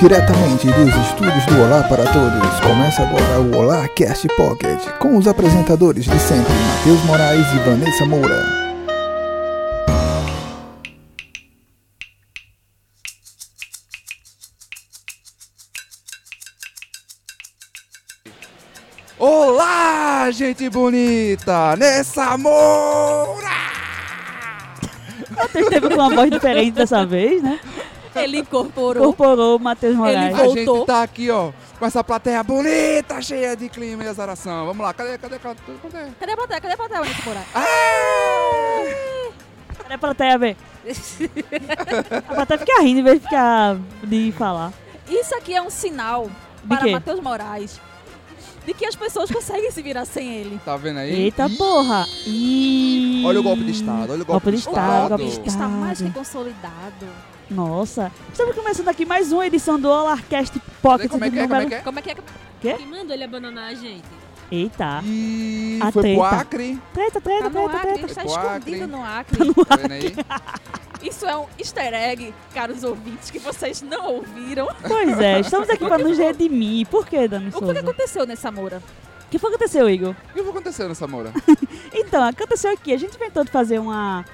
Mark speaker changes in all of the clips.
Speaker 1: Diretamente dos estúdios do Olá para Todos, começa agora o Olá Cast Pocket, com os apresentadores de sempre, Matheus Moraes e Vanessa Moura.
Speaker 2: Olá, gente bonita! Nessa Moura!
Speaker 3: Matheus teve com uma voz diferente dessa vez, né?
Speaker 4: Ele incorporou.
Speaker 3: Incorporou o Matheus Moraes.
Speaker 4: Ele-
Speaker 2: A
Speaker 4: Voltou.
Speaker 2: gente tá aqui, ó, com essa plateia bonita, cheia de clima e azaração. Vamos lá, cadê, cadê, cadê? cadê?
Speaker 4: Cadê a plateia? Cadê a plateia, Vanessa Moraes?
Speaker 2: Ah!
Speaker 3: Cadê a plateia, ver? A plateia fica rindo em vez de ficar de falar.
Speaker 4: Isso aqui é um sinal
Speaker 3: quê?
Speaker 4: para Matheus Moraes de que as pessoas conseguem se virar sem ele.
Speaker 2: Tá vendo aí?
Speaker 3: Eita
Speaker 2: Ih,
Speaker 3: porra! Ih.
Speaker 2: Olha o golpe de Estado, olha o golpe de
Speaker 3: de Estado. Golpe de Estado.
Speaker 4: está mais que consolidado.
Speaker 3: Nossa. Estamos começando aqui mais uma edição do Olarcast
Speaker 2: Cadê?
Speaker 3: Pocket
Speaker 2: Como é
Speaker 3: do
Speaker 2: que é? Como é
Speaker 3: número...
Speaker 2: que é?
Speaker 4: Como é que é?
Speaker 3: Quê?
Speaker 4: Quem mandou ele abandonar a gente?
Speaker 3: Eita.
Speaker 2: Ih,
Speaker 3: A
Speaker 2: foi pro
Speaker 3: treta.
Speaker 2: Acre.
Speaker 3: Treta,
Speaker 4: Tá
Speaker 3: treta,
Speaker 4: no
Speaker 3: treta,
Speaker 4: Acre,
Speaker 3: treta.
Speaker 4: está
Speaker 2: É pro Acre.
Speaker 4: escondido no Acre.
Speaker 2: Tá vendo aí?
Speaker 4: Isso é um easter egg, caros ouvintes, que vocês não ouviram.
Speaker 3: Pois é, estamos aqui pra nos redimir. Por que, Dani
Speaker 4: O que, que
Speaker 3: Souza?
Speaker 4: aconteceu nessa Moura?
Speaker 3: O que foi que aconteceu, Igor?
Speaker 2: O que foi acontecendo nessa Moura?
Speaker 3: Então, aconteceu aqui. A gente inventou de fazer uma...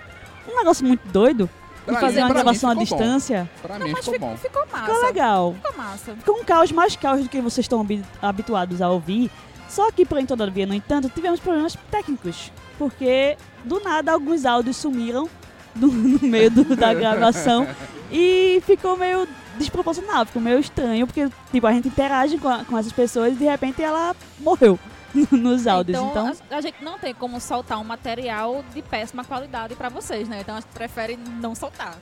Speaker 3: Um negócio muito doido. De
Speaker 2: Pra
Speaker 3: fazer
Speaker 2: mim-
Speaker 3: uma
Speaker 2: pra mim
Speaker 3: gravação à
Speaker 2: ficou bom.
Speaker 3: distância. assim,
Speaker 2: Pra mim
Speaker 4: Mas
Speaker 2: ficou bom.
Speaker 4: ficou, ficou massa.
Speaker 3: Ficou legal.
Speaker 4: Ficou massa.
Speaker 3: Ficou um caos mais caos do que vocês estão habi- habituados a ouvir. Só que, porém, todavia, no entanto, tivemos problemas técnicos. Porque, do nada, alguns áudios sumiram do- no meio do- da gravação. E ficou meio desproporcional, ficou meio estranho. Porque, tipo, a gente interage com, a- com essas pessoas e, de repente, ela morreu nos áudios. Então,
Speaker 4: A, a gente não tem como soltar um material de péssima qualidade pra vocês, né? Então a gente prefere não soltar.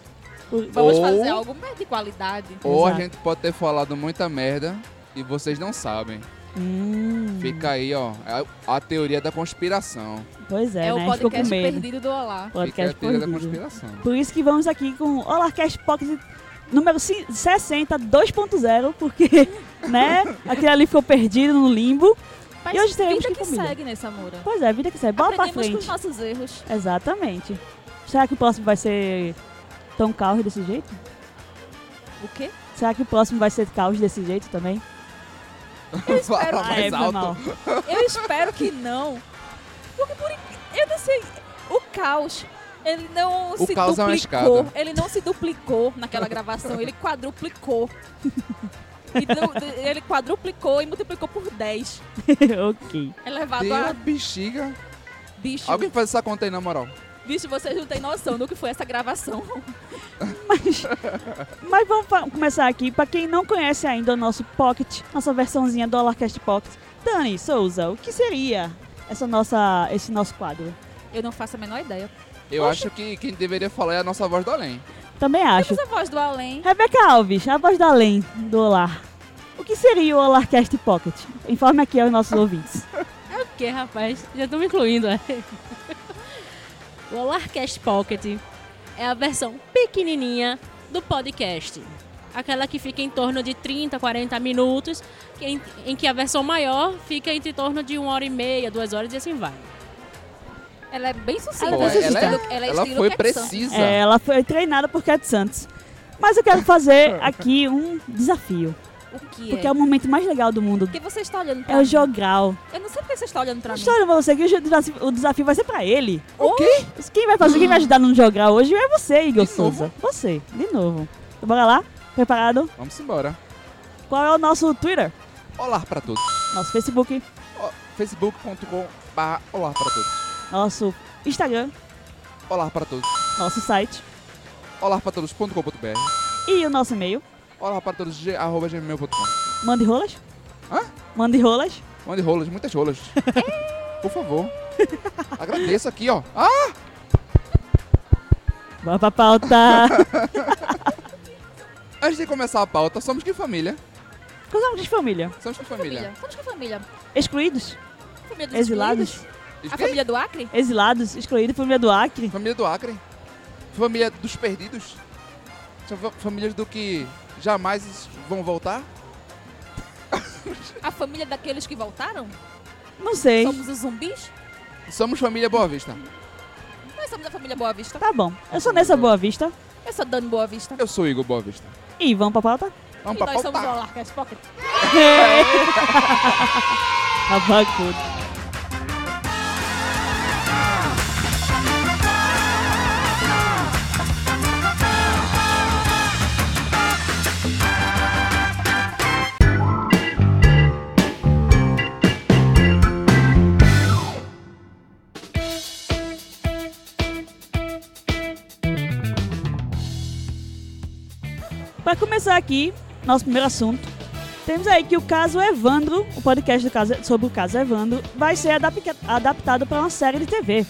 Speaker 3: por-
Speaker 4: Vamos
Speaker 2: Ou-
Speaker 4: fazer algo mais de qualidade.
Speaker 2: Ou a
Speaker 3: Exato.
Speaker 2: gente pode ter falado muita merda e vocês não sabem.
Speaker 3: Hum,
Speaker 2: Fica aí, ó, É a, a teoria da conspiração.
Speaker 3: pois é,
Speaker 4: É,
Speaker 3: né?
Speaker 4: o
Speaker 3: A gente ficou com
Speaker 4: podcast
Speaker 3: medo.
Speaker 4: perdido do Olá.
Speaker 2: Fica aí a
Speaker 3: Podcast
Speaker 2: teoria da
Speaker 3: perdido.
Speaker 2: conspiração.
Speaker 3: Por isso que vamos aqui com o Olarcast Pocket número ci- 60 2.0, porque, né, aquele ali ficou perdido no limbo.
Speaker 4: Mas
Speaker 3: hoje teremos
Speaker 4: vida
Speaker 3: que
Speaker 4: que
Speaker 3: comigo.
Speaker 4: segue nessa Moura.
Speaker 3: Pois é, vida que serve, bola pra
Speaker 4: Aprendemos com os
Speaker 3: frente.
Speaker 4: nossos erros.
Speaker 3: Exatamente. Será que o próximo vai ser tão caos desse jeito?
Speaker 4: O quê?
Speaker 3: Será que o próximo vai ser caos desse jeito também?
Speaker 2: Fala
Speaker 4: espero-
Speaker 2: Ah, mais
Speaker 3: é, foi
Speaker 2: alto.
Speaker 3: mal.
Speaker 4: Eu espero que não. Porque por in- eu não sei, o caos ele não
Speaker 2: O
Speaker 4: se
Speaker 2: caos é uma
Speaker 4: duplicou.
Speaker 2: escada.
Speaker 4: ele não se duplicou naquela gravação, ele quadruplicou. E du- ele quadruplicou e multiplicou por 10.
Speaker 3: ok.
Speaker 4: Elevado
Speaker 2: Deu
Speaker 4: a
Speaker 2: a bexiga.
Speaker 4: bicho.
Speaker 2: Alguém faz essa conta aí, na moral.
Speaker 4: Bicho, vocês não têm noção do que foi essa gravação.
Speaker 3: Mas, mas vamos fa- começar aqui. Pra quem não conhece ainda o nosso Pocket, nossa versãozinha do Olarcast Pocket, Dani Souza, o que seria essa nossa, esse nosso quadro?
Speaker 4: Eu não faço a menor ideia.
Speaker 2: Eu acho que quem deveria falar é a nossa voz do além.
Speaker 3: Também acho.
Speaker 4: Temos a voz do além.
Speaker 3: Rebeca Alves, a voz da além do Olar. O que seria o Olarcast Pocket? Informe aqui aos nossos ouvintes.
Speaker 5: Que rapaz, já tô me incluindo. é. o Olarcast Pocket é a versão pequenininha do podcast. Aquela que fica em torno de 30, 40 minutos, que em, em que a versão maior fica em torno de uma hora e meia, duas horas e assim vai.
Speaker 4: Ela é bem sucinta.
Speaker 3: Ela é bem sucinta.
Speaker 4: Ela, é
Speaker 2: Ela
Speaker 4: estilo
Speaker 2: foi
Speaker 4: Cat Sam.
Speaker 2: precisa.
Speaker 3: É, ela foi treinada por Cat Santos. Mas eu quero fazer aqui um desafio.
Speaker 4: O que
Speaker 3: Porque
Speaker 4: é?
Speaker 3: é o momento mais legal do mundo.
Speaker 4: Porque você está olhando pra
Speaker 3: É o
Speaker 4: mim.
Speaker 3: jogral.
Speaker 4: Eu não sei porque você está olhando pra
Speaker 3: Eu
Speaker 4: mim.
Speaker 3: Estou olhando pra você que o desafio- o desafio vai ser pra ele.
Speaker 4: O
Speaker 2: quê?
Speaker 3: Quem vai fazer, quem vai ajudar no jogral hoje é você, Igor
Speaker 2: De novo?
Speaker 3: Souza. Você, de novo. Então, bora lá? Preparado?
Speaker 2: Vamos embora.
Speaker 3: Qual é o nosso Twitter?
Speaker 2: Olá pra todos.
Speaker 3: Nosso Facebook?
Speaker 2: Ó, Facebook.com barra Olá pra todos.
Speaker 3: Nosso Instagram?
Speaker 2: Olá pra todos.
Speaker 3: Nosso site?
Speaker 2: Olá pra todos.com.br.
Speaker 3: E o nosso e-mail?
Speaker 2: Olá pra todos. g- arroba gmail.com.
Speaker 3: Mande rolas?
Speaker 2: Hã?
Speaker 3: Mande rolas?
Speaker 2: Mande rolas, muitas rolas. Por favor. Agradeço aqui, ó. Ah,
Speaker 3: Bora pra pauta!
Speaker 2: antes de começar a pauta, somos que família?
Speaker 3: Qual é o nome de família?
Speaker 2: Somos que família?
Speaker 4: Somos com a família.
Speaker 3: Excluídos?
Speaker 4: Família dos
Speaker 3: Exilados?
Speaker 4: excluídos?
Speaker 2: Diz
Speaker 4: A
Speaker 2: quem?
Speaker 4: família do Acre?
Speaker 3: Exilados? Excluídos? Família do Acre?
Speaker 2: Família do Acre. Família dos perdidos. São fa- Famílias do que jamais vão voltar.
Speaker 4: A família daqueles que voltaram?
Speaker 3: Não sei.
Speaker 4: Somos os zumbis?
Speaker 2: Somos família Boa Vista.
Speaker 4: Nós somos a família Boa Vista.
Speaker 3: Tá bom. Eu sou Nessa Boa Vista.
Speaker 4: Eu sou Dani Boa Vista.
Speaker 2: Eu sou Igor Boa Vista.
Speaker 3: E vamos pra pauta?
Speaker 2: Vamos
Speaker 4: e
Speaker 2: pra
Speaker 4: nós somos o
Speaker 2: pautar.
Speaker 4: Olarcast Pocket.
Speaker 3: Abacudo. Para começar aqui, nosso primeiro assunto, temos aí que o caso Evandro, o podcast do caso- sobre o caso Evandro, vai ser adapta- adaptado para uma série de TV.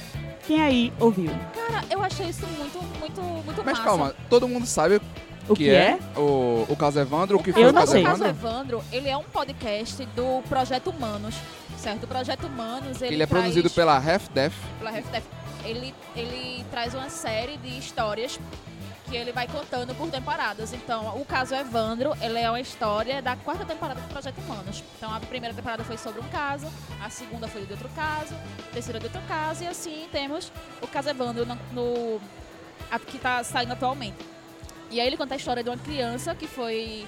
Speaker 3: Quem aí ouviu?
Speaker 4: Cara, eu achei isso muito, muito, muito
Speaker 2: Mas
Speaker 4: massa.
Speaker 2: calma, todo mundo sabe o
Speaker 3: O que, é?
Speaker 2: o, o caso Evandro, o que
Speaker 4: O
Speaker 2: foi
Speaker 3: Eu
Speaker 2: o
Speaker 3: não
Speaker 2: caso
Speaker 3: sei.
Speaker 4: O caso
Speaker 2: Evandro?
Speaker 4: Evandro, ele é um podcast do Projeto Humanos, certo? O Projeto Humanos, ele,
Speaker 2: Ele é
Speaker 4: traz-
Speaker 2: produzido pela Half Death.
Speaker 4: pela RFTF. Ele, ele traz uma série de histórias que ele vai contando por temporadas. Então, o caso Evandro, ele é uma história da quarta temporada do Projeto Humanos. Então, a primeira temporada foi sobre um caso, a segunda foi de outro caso, a terceira de outro caso, e assim temos o caso Evandro no, no- a- que está saindo atualmente. E aí ele conta a história de uma criança que foi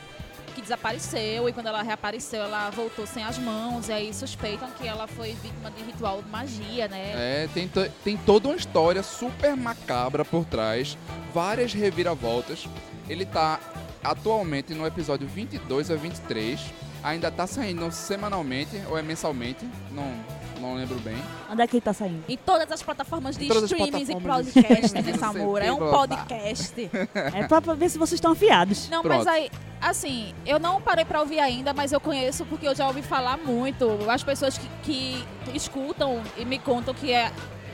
Speaker 4: que desapareceu e quando ela reapareceu ela voltou sem as mãos e aí suspeitam que ela foi vítima de ritual de magia, né?
Speaker 2: É, tem, to- tem toda uma história super macabra por trás, várias reviravoltas. Ele tá atualmente no episódio 22 a 23. Ainda tá saindo semanalmente ou é mensalmente, não, não lembro bem.
Speaker 3: Onde é que ele tá saindo?
Speaker 4: Em todas as plataformas de
Speaker 2: Em todas as
Speaker 4: streamings e
Speaker 2: plataformas de
Speaker 4: podcasts,
Speaker 2: streaming,
Speaker 4: né,
Speaker 2: não sei o
Speaker 4: Samura?
Speaker 2: que,
Speaker 4: É um
Speaker 2: blá, blá, blá.
Speaker 4: podcast.
Speaker 3: É pra, pra ver se vocês estão afiados.
Speaker 4: Não,
Speaker 2: Pronto.
Speaker 4: mas aí, assim, eu não parei pra ouvir ainda, mas eu conheço porque eu já ouvi falar muito. As pessoas que, que escutam e me contam que é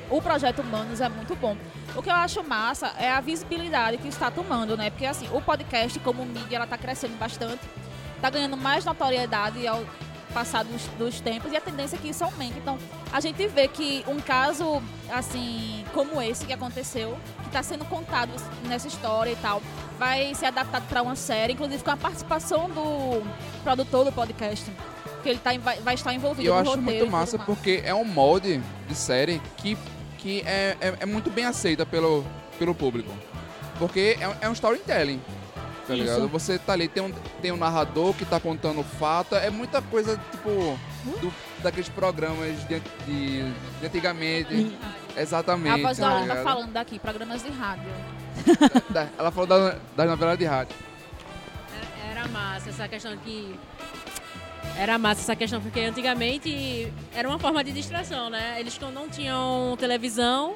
Speaker 4: o projeto Humanos é muito bom. O que eu acho massa é a visibilidade que está tomando, né? Porque assim, o podcast como mídia, ela tá crescendo bastante, tá ganhando mais notoriedade ao passar dos, dos tempos e a tendência é que isso aumente. Então, a gente vê que um caso assim, como esse que aconteceu, que tá sendo contado nessa história e tal, vai ser adaptado para uma série, inclusive com a participação do produtor do podcast, que ele tá, em- vai, vai estar envolvido
Speaker 2: E eu
Speaker 4: no
Speaker 2: acho
Speaker 4: roteiro e
Speaker 2: muito
Speaker 4: tudo
Speaker 2: massa
Speaker 4: mais.
Speaker 2: porque é um molde de série que, que é, é, é muito bem aceita pelo, pelo público. Porque é, um- é um storytelling. Tá
Speaker 3: Isso.
Speaker 2: ligado? Você tá ali, tem um, tem um narrador que tá contando o fato. É muita coisa, tipo,
Speaker 4: Hum?
Speaker 2: do- daqueles programas de, de, de antigamente.
Speaker 3: E-
Speaker 2: Exatamente.
Speaker 4: A voz da
Speaker 2: tá
Speaker 4: Aurora tá
Speaker 2: ligado?
Speaker 4: falando daqui, programas de rádio.
Speaker 2: Da- ela falou da, da novela de rádio.
Speaker 5: É, Era massa essa questão que. Era massa essa questão, porque antigamente era uma forma de distração, né? Eles não- não tinham televisão,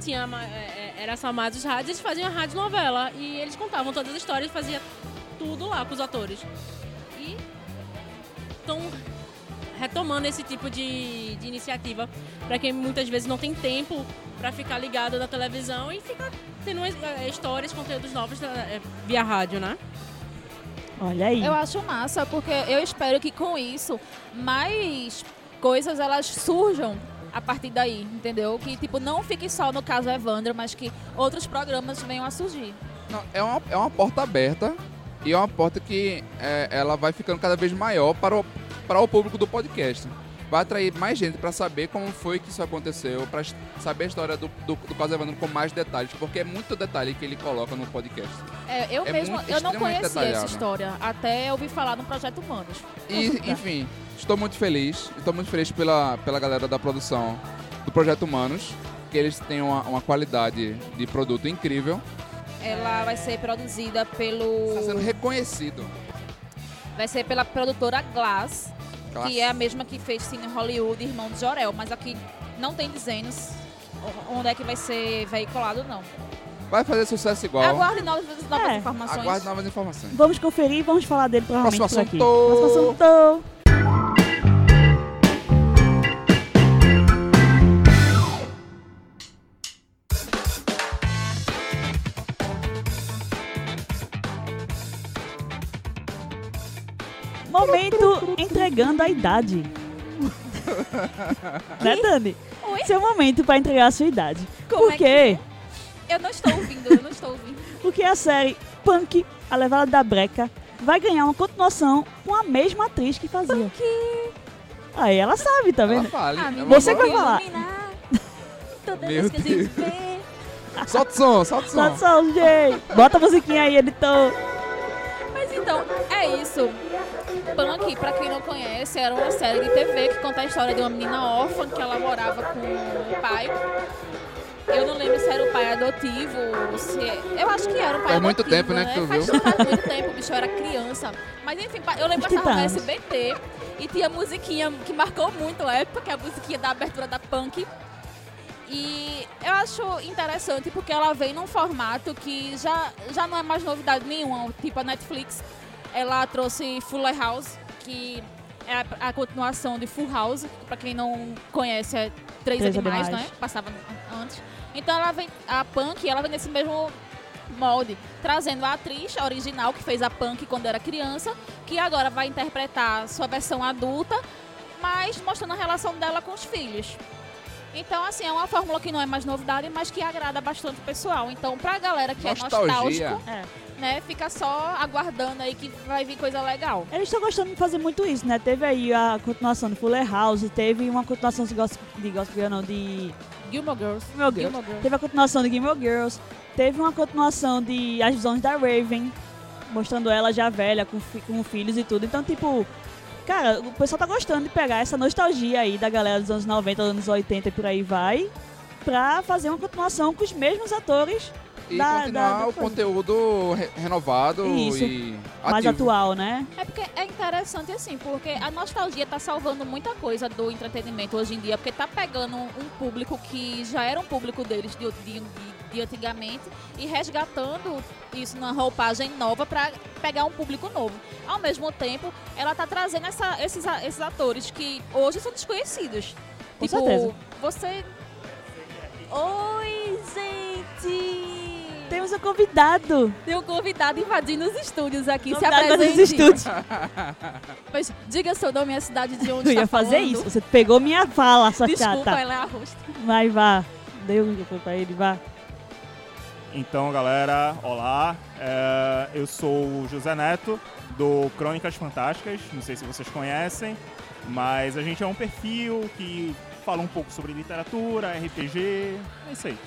Speaker 5: tinha, ma- é, é, era só mais os rádios, eles faziam a rádio novela. E eles contavam todas as histórias, fazia tudo lá com os atores. E estão retomando esse tipo de, de iniciativa para quem muitas vezes não tem tempo para ficar ligado na televisão e fica tendo eh, histórias, conteúdos novos eh, via rádio, né?
Speaker 3: Olha aí.
Speaker 4: Eu acho massa, porque eu espero que com isso mais coisas elas surjam a partir daí, entendeu? Que tipo não fique só no caso Evandro, mas que outros programas venham a surgir.
Speaker 2: Não, é, uma, é uma porta aberta e é uma porta que é, ela vai ficando cada vez maior para o, para o público do podcast. Vai atrair mais gente para saber como foi que isso aconteceu, para saber a história do, do, do caso Evandro com mais detalhes, porque é muito detalhe que ele coloca no podcast.
Speaker 4: É, eu
Speaker 2: É
Speaker 4: mesma
Speaker 2: muito-
Speaker 4: eu não
Speaker 2: extremamente
Speaker 4: conhecia
Speaker 2: detalhado.
Speaker 4: essa história até eu ouvir falar no projeto Humanos.
Speaker 2: E, enfim, estou muito feliz. Estou muito feliz pela, pela galera da produção do Projeto Humanos, que eles têm uma, uma qualidade de produto incrível.
Speaker 4: Ela vai ser produzida pelo
Speaker 2: Está sendo reconhecido.
Speaker 4: vai ser pela produtora Glass,
Speaker 2: Classe.
Speaker 4: que é a mesma que fez Cine Hollywood e Irmão de Jorel, mas aqui não tem desenhos onde é que vai ser veiculado não.
Speaker 2: Vai fazer sucesso igual.
Speaker 4: Aguarde novas, novas
Speaker 3: É.
Speaker 4: informações.
Speaker 2: Aguarde novas informações.
Speaker 3: Vamos conferir e vamos falar dele provavelmente
Speaker 2: Próximo
Speaker 3: por aqui.
Speaker 2: assunto.
Speaker 3: Próximo assunto. Momento entregando a idade. né, Dani?
Speaker 4: Oi?
Speaker 3: Seu momento para entregar a sua idade.
Speaker 4: Como
Speaker 3: Por
Speaker 4: é
Speaker 3: quê?
Speaker 4: Eu não estou ouvindo, eu não estou ouvindo.
Speaker 3: porque a série Punk, a levada da breca, vai ganhar uma continuação com a mesma atriz que fazia. Aí ela sabe, tá
Speaker 2: Ela
Speaker 3: vendo?
Speaker 4: Ah,
Speaker 2: fala, hein? Ela
Speaker 3: Você que
Speaker 2: fala.
Speaker 3: vai falar.
Speaker 4: Toda
Speaker 2: Meu
Speaker 4: vez que a gente vê.
Speaker 2: Solta o som, solta o som.
Speaker 3: Satisfação, gente! Bota a musiquinha aí, editor!
Speaker 4: Mas então, Então, é isso. Punk, pra quem não conhece, era uma série de TV que conta a história de uma menina órfã que ela morava com o pai. Eu não lembro se era o pai adotivo, se... é- eu acho que era o pai
Speaker 2: Faz
Speaker 4: adotivo.
Speaker 2: muito tempo, né, que tu
Speaker 4: Faz,
Speaker 2: viu.
Speaker 4: faz muito tempo, bicho, eu era criança. Mas enfim, pa- eu lembro que
Speaker 3: Acho que
Speaker 4: passava no
Speaker 3: tá.
Speaker 4: SBT e tinha musiquinha que marcou muito a época, que é a musiquinha da abertura da Punk. E eu acho interessante porque ela vem num formato que já, já não é mais novidade nenhuma, tipo a Netflix. Ela trouxe Fuller House, que é a, a continuação de Full House, que pra quem não conhece é Três,
Speaker 3: Três
Speaker 4: Animais,
Speaker 3: Animais.
Speaker 4: né? Passava an- antes. Então ela vem, a Punk, ela vem nesse mesmo molde, trazendo a atriz original que fez a Punk quando era criança, que agora vai interpretar sua versão adulta, mas mostrando a relação dela com os filhos. Então, assim, é uma fórmula que não é mais novidade, mas que agrada bastante o pessoal. Então, pra galera que é
Speaker 2: Nostalgia.
Speaker 4: nostálgico, né, fica só aguardando aí que vai vir coisa legal.
Speaker 3: Eles estão gostando de fazer muito isso, né? Teve aí a continuação de Fuller House, teve uma continuação de Gossip, de Gossip Girl, não, de
Speaker 4: Gilmore Girls.
Speaker 3: Gilmore Girls.
Speaker 4: Gilmore Girls.
Speaker 3: Teve a continuação de Game of Girls, teve uma continuação de As Visões da Raven, mostrando ela já velha, com, fi- com filhos e tudo. Então, tipo, cara, o pessoal tá gostando de pegar essa nostalgia aí da galera dos anos 90, anos 80 e por aí vai, pra fazer uma continuação com os mesmos atores,
Speaker 2: E
Speaker 3: Da-
Speaker 2: continuar
Speaker 3: da- da
Speaker 2: o
Speaker 3: coisa.
Speaker 2: conteúdo re- renovado
Speaker 3: Isso.
Speaker 2: e
Speaker 3: mais
Speaker 2: ativo.
Speaker 3: atual, né?
Speaker 4: É porque é interessante, assim, porque a nostalgia tá salvando muita coisa do entretenimento hoje em dia, porque tá pegando um um público que já era um público deles de, de, de- de antigamente e resgatando isso numa roupagem nova pra pegar um público novo. Ao mesmo tempo, ela tá trazendo essa- esses, a- esses atores que hoje são desconhecidos. Tipo,
Speaker 3: Com certeza.
Speaker 4: você... Oi, gente!
Speaker 3: Temos um convidado,
Speaker 4: Tem um convidado invadindo os estúdios aqui, se
Speaker 3: convidado dos
Speaker 4: apresente.
Speaker 3: estúdios.
Speaker 4: Mas diga seu nome e a cidade de
Speaker 3: Eu
Speaker 4: onde está
Speaker 3: ia fazer
Speaker 4: Tá falando.
Speaker 3: isso, Tá, você pegou minha fala, sua
Speaker 4: Desculpa,
Speaker 3: chata.
Speaker 4: ela é a host.
Speaker 3: Vai, vá. Dê um microfone pra ele, vá.
Speaker 6: Então, galera, olá. É, eu sou o José Neto, do Crônicas Fantásticas. Não sei se vocês conhecem, mas a gente é um perfil que fala um pouco sobre literatura, RPG. É isso aí.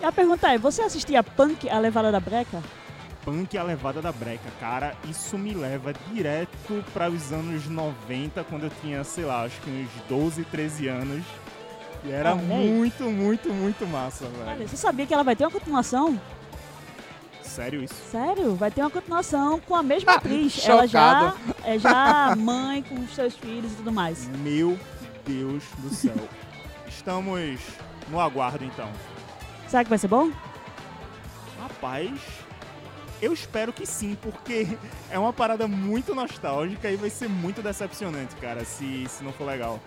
Speaker 3: E a pergunta é, você assistia Punk, a levada da breca?
Speaker 6: Punk é a levada da breca, cara. Isso me leva direto para os anos 90, quando eu tinha, sei lá, acho que uns 12, 13 anos. E era
Speaker 3: Olha aí.
Speaker 6: muito, muito, muito massa,
Speaker 3: Olha,
Speaker 6: velho.
Speaker 3: você sabia que ela vai ter uma continuação?
Speaker 6: Sério isso?
Speaker 3: Sério, vai ter uma continuação com a mesma atriz.
Speaker 2: chocado.
Speaker 3: Ela já é já mãe com os seus filhos e tudo mais.
Speaker 6: Meu Deus do céu. Estamos no aguardo então.
Speaker 3: Será que vai ser bom?
Speaker 6: Rapaz, eu espero que sim, porque é uma parada muito nostálgica e vai ser muito decepcionante, cara, se, se não for legal.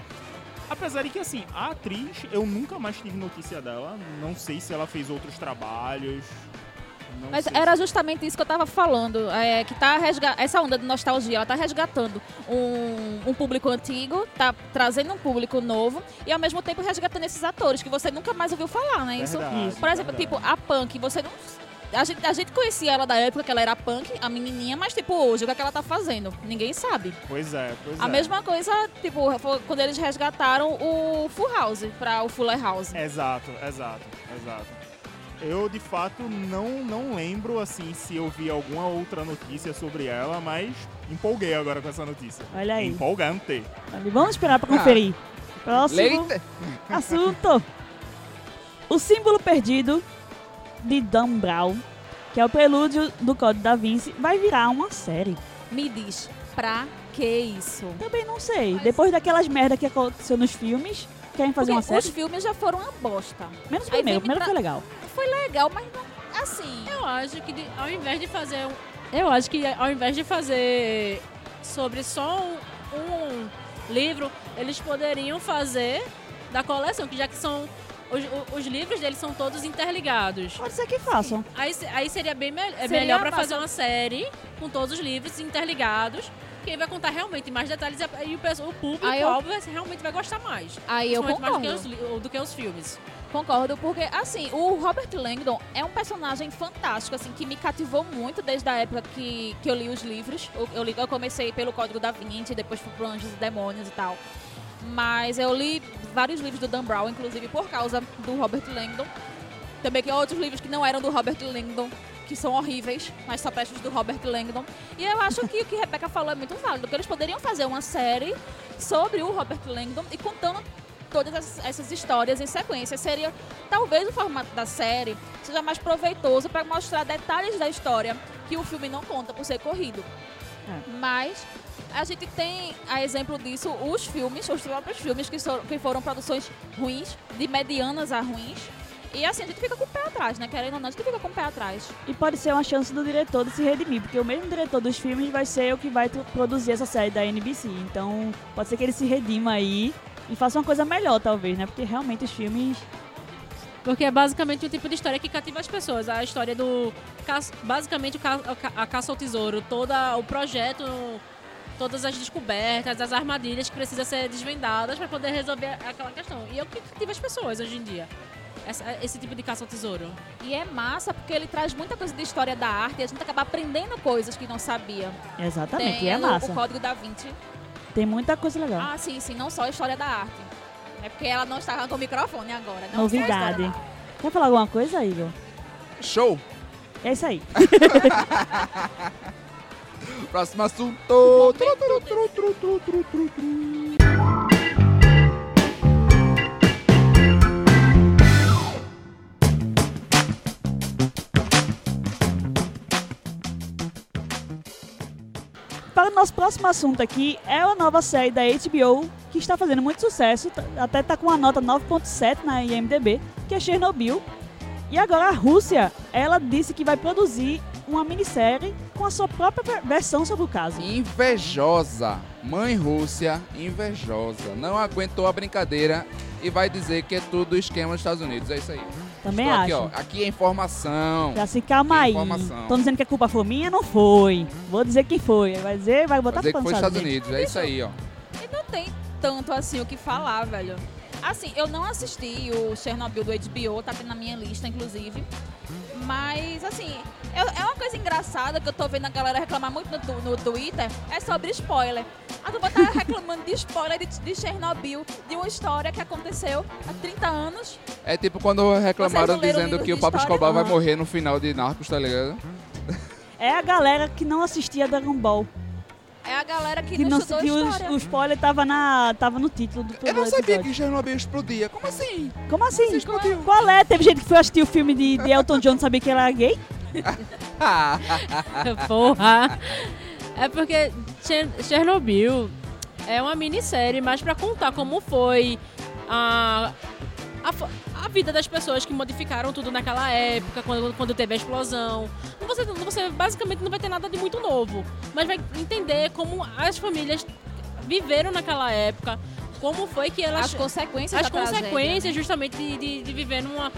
Speaker 6: Apesar de que, assim, a atriz, eu nunca mais tive notícia dela. Não sei se ela fez outros trabalhos. não
Speaker 4: Mas
Speaker 6: sei
Speaker 4: era
Speaker 6: se-
Speaker 4: justamente isso que eu tava falando. É, que tá resga- Essa onda de nostalgia, ela tá resgatando um, um público antigo, tá trazendo um público novo e ao mesmo tempo resgatando esses atores que você nunca mais ouviu falar, né? Isso.
Speaker 6: Verdade,
Speaker 4: Por exemplo,
Speaker 6: verdade.
Speaker 4: tipo, a punk, você não. A gente, a gente conhecia ela da época que ela era punk, a menininha, mas tipo, hoje o que, é que ela tá fazendo? Ninguém sabe.
Speaker 6: Pois é, pois
Speaker 4: A
Speaker 6: é.
Speaker 4: mesma coisa, tipo, foi quando eles resgataram o Full House pra o Fuller House.
Speaker 6: Exato, exato, exato. Eu de fato não, não lembro assim se eu vi alguma outra notícia sobre ela, mas empolguei agora com essa notícia.
Speaker 3: Olha aí.
Speaker 6: Empolgante.
Speaker 3: Vamos esperar pra conferir. Próximo
Speaker 2: Leite.
Speaker 3: assunto. O símbolo perdido de Dan Brown, que é o prelúdio do Código da Vinci, vai virar uma série.
Speaker 4: Me diz, pra que isso?
Speaker 3: Também não sei.
Speaker 4: Mas-
Speaker 3: Depois daquelas merda que aconteceu nos filmes, querem fazer
Speaker 4: Porque
Speaker 3: uma
Speaker 4: os
Speaker 3: série?
Speaker 4: filmes já foram uma bosta.
Speaker 3: Menos o
Speaker 4: Aí
Speaker 3: primeiro.
Speaker 4: vem
Speaker 3: O primeiro
Speaker 4: me tra-
Speaker 3: foi legal.
Speaker 4: Foi legal, mas não, assim.
Speaker 5: Eu acho que de- ao invés de fazer um, eu acho que ao invés de fazer sobre só um, um livro, eles poderiam fazer da coleção, que já que são os, o- os livros deles são todos interligados.
Speaker 3: Pode ser que façam.
Speaker 5: Aí, se- aí seria bem me- é
Speaker 4: Seria
Speaker 5: melhor pra
Speaker 4: massa.
Speaker 5: fazer uma série com todos os livros interligados, que aí vai contar realmente mais detalhes e a- e o, pesso- o público
Speaker 4: Aí eu-
Speaker 5: óbvio, vai- realmente vai gostar mais.
Speaker 4: Aí eu
Speaker 5: Principalmente mais do que
Speaker 4: concordo.
Speaker 5: os li- do que os filmes.
Speaker 4: Concordo, porque assim, o Robert Langdon é um personagem fantástico, assim, que me cativou muito desde a época que, que eu li os livros. Eu, eu, li- eu comecei pelo Código da Vinci, depois fui pro Anjos e Demônios e tal. Mas eu li vários livros do Dan Brown, inclusive por causa do Robert Langdon. Também que outros livros que não eram do Robert Langdon, que são horríveis, mas só prestes do Robert Langdon. E eu acho que o que Rebecca falou é muito válido, que eles poderiam fazer uma série sobre o Robert Langdon e contando todas essas- essas histórias em sequência. Seria, talvez o formato da série seja mais proveitoso para mostrar detalhes da história que o filme não conta por ser corrido.
Speaker 3: É.
Speaker 4: Mas a gente tem a exemplo disso os filmes, os próprios filmes que, so- que foram produções ruins, de medianas a ruins. E assim, a gente fica com o pé atrás, né? Querendo ou não, a gente fica com o pé atrás.
Speaker 3: E pode ser uma chance do diretor de se redimir, porque o mesmo diretor dos filmes vai ser o que vai tu- produzir essa série da NBC. Então, pode ser que ele se redima aí e faça uma coisa melhor, talvez, né? Porque realmente os filmes.
Speaker 5: Porque é basicamente o tipo de história que cativa as pessoas. A história do. caça- Basicamente, o ca- o ca- a caça ao tesouro, todo o projeto, todas as descobertas, as armadilhas que precisam ser desvendadas para poder resolver aquela questão. E é o que cativa as pessoas hoje em dia. Essa- esse tipo de caça ao tesouro.
Speaker 4: E é massa porque ele traz muita coisa de história da arte e a gente acaba aprendendo coisas que não sabia.
Speaker 3: Exatamente, e
Speaker 4: Tem
Speaker 3: é
Speaker 4: o-
Speaker 3: massa. Tá.
Speaker 4: o Código da Vinci,
Speaker 3: Tem muita coisa legal.
Speaker 4: Ah, sim, sim, não só a história da arte. É porque ela não estava com o microfone agora. Não só a história
Speaker 3: Novidade.
Speaker 4: da arte.
Speaker 3: Quer falar alguma coisa, Igor?
Speaker 2: Show!
Speaker 3: É isso aí.
Speaker 2: Próximo assunto!
Speaker 3: Para o nosso próximo assunto aqui, é a nova série da HBO que está fazendo muito sucesso, tá- até está com uma nota 9.7 na IMDb, que é Chernobyl. E agora a Rússia, ela disse que vai produzir uma minissérie com a sua própria ver- versão sobre o caso.
Speaker 2: Invejosa. Mãe Rússia, invejosa. Não aguentou a brincadeira e vai dizer que é tudo esquema dos Estados Unidos. É isso aí.
Speaker 3: Também
Speaker 2: Estou Aqui,
Speaker 3: acho.
Speaker 2: ó. aqui é informação.
Speaker 3: Já se calma aí.
Speaker 2: Informação.
Speaker 3: Estão dizendo que a culpa foi minha? Não foi. Vou dizer que foi. Vai dizer, vai
Speaker 2: Vai
Speaker 3: botar
Speaker 2: dizer que
Speaker 3: culpa
Speaker 2: foi
Speaker 3: nos
Speaker 2: Estados Unidos. É isso aí, ó.
Speaker 4: E não tem tanto assim o que falar, velho. Assim, eu não assisti o Chernobyl do HBO, tá aqui na minha lista, inclusive. Mas, assim, eu- é uma coisa engraçada que eu tô vendo a galera reclamar muito no, tu- no Twitter, é sobre spoiler. A turma tá reclamando de spoiler de, de Chernobyl, de uma história que aconteceu há 30 anos.
Speaker 2: É tipo quando reclamaram
Speaker 4: não leram
Speaker 2: dizendo
Speaker 4: livros
Speaker 2: que
Speaker 4: de
Speaker 2: o Pablo
Speaker 4: história?
Speaker 2: Escobar vai
Speaker 3: Ah.
Speaker 2: morrer no final de Narcos, tá ligado?
Speaker 3: É a galera que não assistia Dragon Ball.
Speaker 4: É a galera que,
Speaker 3: Que
Speaker 4: não
Speaker 3: não
Speaker 4: estudou
Speaker 3: que o,
Speaker 4: história.
Speaker 3: o spoiler tava, na, tava no título do
Speaker 2: Eu
Speaker 3: primeiro
Speaker 2: não sabia
Speaker 3: episódio.
Speaker 2: que Chernobyl explodia. Como assim?
Speaker 3: Como assim?
Speaker 2: Vocês podiam-
Speaker 3: Qual é? Teve gente que foi assistir o filme de, de Elton John e sabia que era gay?
Speaker 2: Ah,
Speaker 5: Porra! É porque Cher- Chernobyl é uma minissérie, mas pra contar como foi a, a, fo- a vida das pessoas que modificaram tudo naquela época, quando, quando teve a explosão. Não, Você, não- você basicamente não vai ter nada de muito novo, mas vai entender como as famílias viveram naquela época, como foi que elas
Speaker 4: As consequências
Speaker 5: as
Speaker 4: da tragédia, né?
Speaker 5: consequências justamente de, de- de viver numa,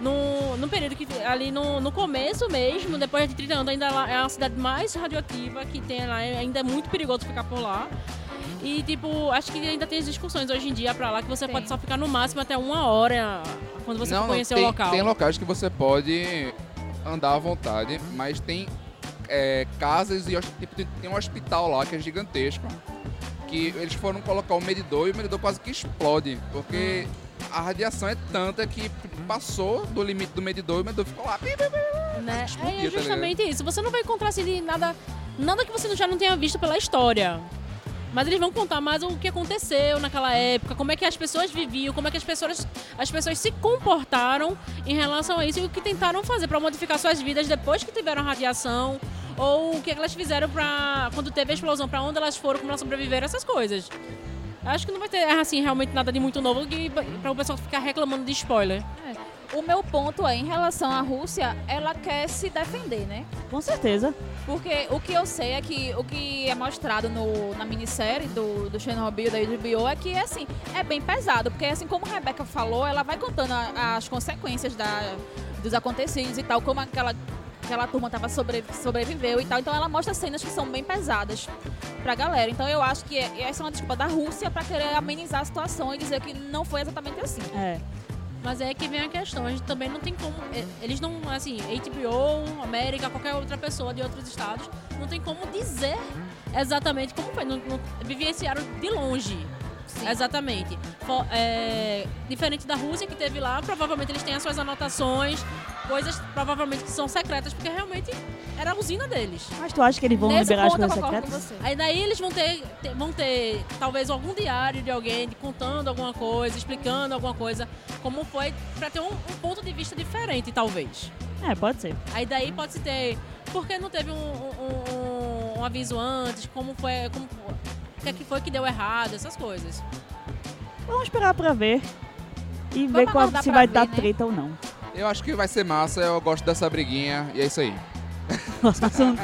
Speaker 5: num, num período que ali no, no começo mesmo, depois de 30 anos, ainda lá é a cidade mais radioativa que tem lá, é- ainda é muito perigoso ficar por lá. E tipo, acho que ainda tem as discussões hoje em dia pra lá que você
Speaker 4: Tem.
Speaker 5: pode só ficar no máximo até uma hora quando Então você for conhecer
Speaker 2: tem,
Speaker 5: o local.
Speaker 2: Tem locais que você pode andar à vontade, mas tem é, casas e hos- tipo, tem- tem um hospital lá que é gigantesco. Que eles foram colocar o medidor e o medidor quase que explode. Porque
Speaker 5: Hum.
Speaker 2: a radiação é tanta que
Speaker 5: Uhum.
Speaker 2: passou do limite do medidor e o medidor ficou lá.
Speaker 5: né?
Speaker 2: explodir,
Speaker 5: É
Speaker 2: tá
Speaker 5: justamente isso. Você não vai encontrar assim de nada, nada que você já não tenha visto pela história. Mas eles vão contar mais o que aconteceu naquela época, como é que as pessoas viviam, como é que as pessoas, as pessoas se comportaram em relação a isso e o que tentaram fazer para modificar suas vidas depois que tiveram a radiação ou o que elas fizeram para quando teve a explosão, para onde elas foram, como elas sobreviveram, essas coisas. Acho que não vai ter assim realmente nada de muito novo para o pessoal ficar reclamando de spoiler.
Speaker 4: O meu ponto né? é, em relação à Rússia, ela quer se defender, né?
Speaker 3: Com certeza.
Speaker 4: Porque o que eu sei é que o que é mostrado no, na minissérie do, do Chernobyl, da HBO, é que, assim, é bem pesado. Porque, assim como a Rebeca falou, ela vai contando a- as consequências da, dos acontecidos e tal, como aquela, aquela turma tava sobre, sobreviveu e tal. Então, ela mostra cenas que são bem pesadas pra galera. Então, eu acho que é- essa é uma desculpa da Rússia pra querer amenizar a situação e dizer que não foi exatamente assim.
Speaker 3: É.
Speaker 5: Mas é que vem a questão, a gente também não tem como. é, Eles não, assim, HBO, América, qualquer outra pessoa de outros estados, não tem como dizer exatamente como foi. Não, não- vivenciaram de longe. Exatamente. Fo- é, diferente da Rússia que teve lá, provavelmente eles têm as suas anotações, coisas provavelmente que são secretas, porque realmente era a usina deles.
Speaker 3: Mas tu acha que eles vão
Speaker 4: Nesse
Speaker 3: liberar as
Speaker 4: ponto eu
Speaker 3: coisas
Speaker 4: concordo com
Speaker 3: secretas?
Speaker 4: você.
Speaker 5: Aí daí eles vão ter, ter- vão ter talvez algum diário de alguém de- contando alguma coisa, explicando alguma coisa, como foi, pra ter um, um ponto de vista diferente, talvez.
Speaker 3: É, pode ser.
Speaker 5: Aí daí pode se ter. Por que não teve um, um- um- um aviso antes? Como foi. Como, o que é que foi que deu errado? Essas coisas.
Speaker 3: Vamos esperar pra ver. E
Speaker 4: Vamos
Speaker 3: ver qual-
Speaker 4: aguardar
Speaker 3: se
Speaker 4: pra
Speaker 3: vai
Speaker 4: ver,
Speaker 3: dar
Speaker 4: né?
Speaker 3: treta ou não.
Speaker 2: Eu acho que vai ser massa, eu gosto dessa briguinha e é isso aí.
Speaker 3: Nosso assunto.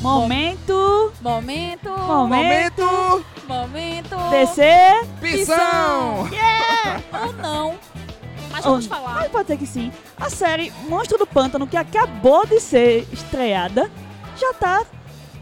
Speaker 3: Momento.
Speaker 4: Momento,
Speaker 3: Momento.
Speaker 4: momento,
Speaker 3: Descer.
Speaker 2: Pissão!
Speaker 4: ou não. Mas
Speaker 3: Ou
Speaker 4: vamos
Speaker 3: não.
Speaker 4: falar.
Speaker 3: Mas pode ser que sim. A série Monstro do Pântano, que acabou de ser estreada, já tá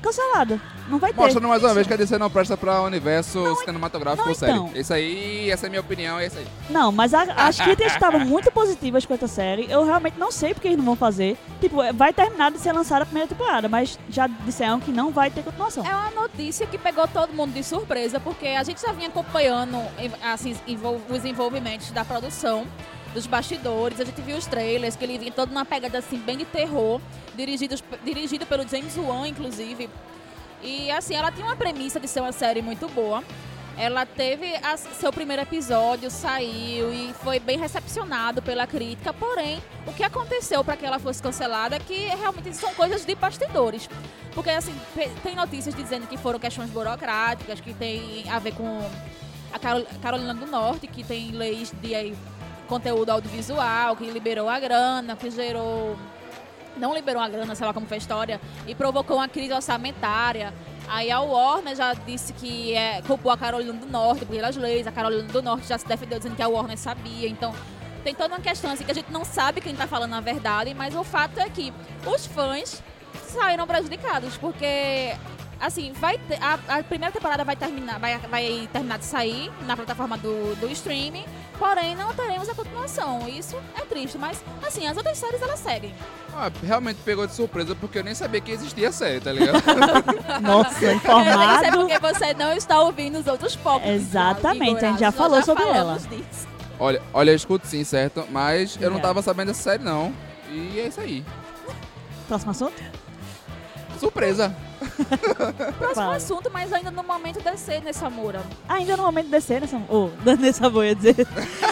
Speaker 3: cancelada. Não vai ter.
Speaker 2: Mostrando mais uma vez que a DC não presta pra universo cinematográfico
Speaker 3: não,
Speaker 2: ou série.
Speaker 3: então.
Speaker 2: Isso aí, essa é a minha opinião, é isso aí.
Speaker 3: Não, mas a- as críticas estavam muito positivas com essa série. Eu realmente não sei porque eles não vão fazer. Tipo, é- vai terminar de ser lançada a primeira temporada, mas já disseram que não vai ter continuação.
Speaker 4: É uma notícia que pegou todo mundo de surpresa, porque a gente já vinha acompanhando em- assim, envol- os envolvimentos da produção, dos bastidores, a gente viu os trailers, que ele vinha todo numa pegada assim, bem de terror, dirigidos, p- dirigido pelo James Wan, inclusive. E assim, ela tinha uma premissa de ser uma série muito boa. Ela teve a- seu primeiro episódio, saiu e foi bem recepcionado pela crítica. Porém, o que aconteceu para que ela fosse cancelada é que realmente são coisas de bastidores. Porque, assim, pe- tem notícias dizendo que foram questões burocráticas, que tem a ver com a Carol- Carolina do Norte, que tem leis de eh, conteúdo audiovisual, que liberou a grana, que gerou. Não liberou a grana, sei lá como foi a história, e provocou uma crise orçamentária. Aí a Warner já disse que é, culpou a Carolina do Norte pelas leis, a Carolina do Norte já se defendeu dizendo que a Warner sabia. Então, tem toda uma questão assim que a gente não sabe quem tá falando a verdade, mas o fato é que os fãs saíram prejudicados, porque assim, vai ter- a, a primeira temporada vai terminar, vai, vai terminar de sair na plataforma do, do streaming, porém não teremos a continuação. Isso é triste, mas assim, as outras séries elas seguem.
Speaker 2: Ah, realmente pegou de surpresa porque eu nem sabia que existia série, tá ligado?
Speaker 3: Nossa,
Speaker 4: Eu sei
Speaker 3: informado.
Speaker 4: porque você não está ouvindo os outros pop.
Speaker 3: Exatamente, a gente já falou sobre
Speaker 2: olha, olha, eu escuto sim, certo? Mas eu não
Speaker 3: É.
Speaker 2: tava sabendo dessa série, não. E é isso aí.
Speaker 3: Próximo assunto?
Speaker 2: Surpresa!
Speaker 4: Próximo
Speaker 3: Fala.
Speaker 4: assunto, mas ainda no momento né, descer nessa Samura.
Speaker 3: Ainda no momento de descer, nessa. Ô, Dani Sabor, ia dizer.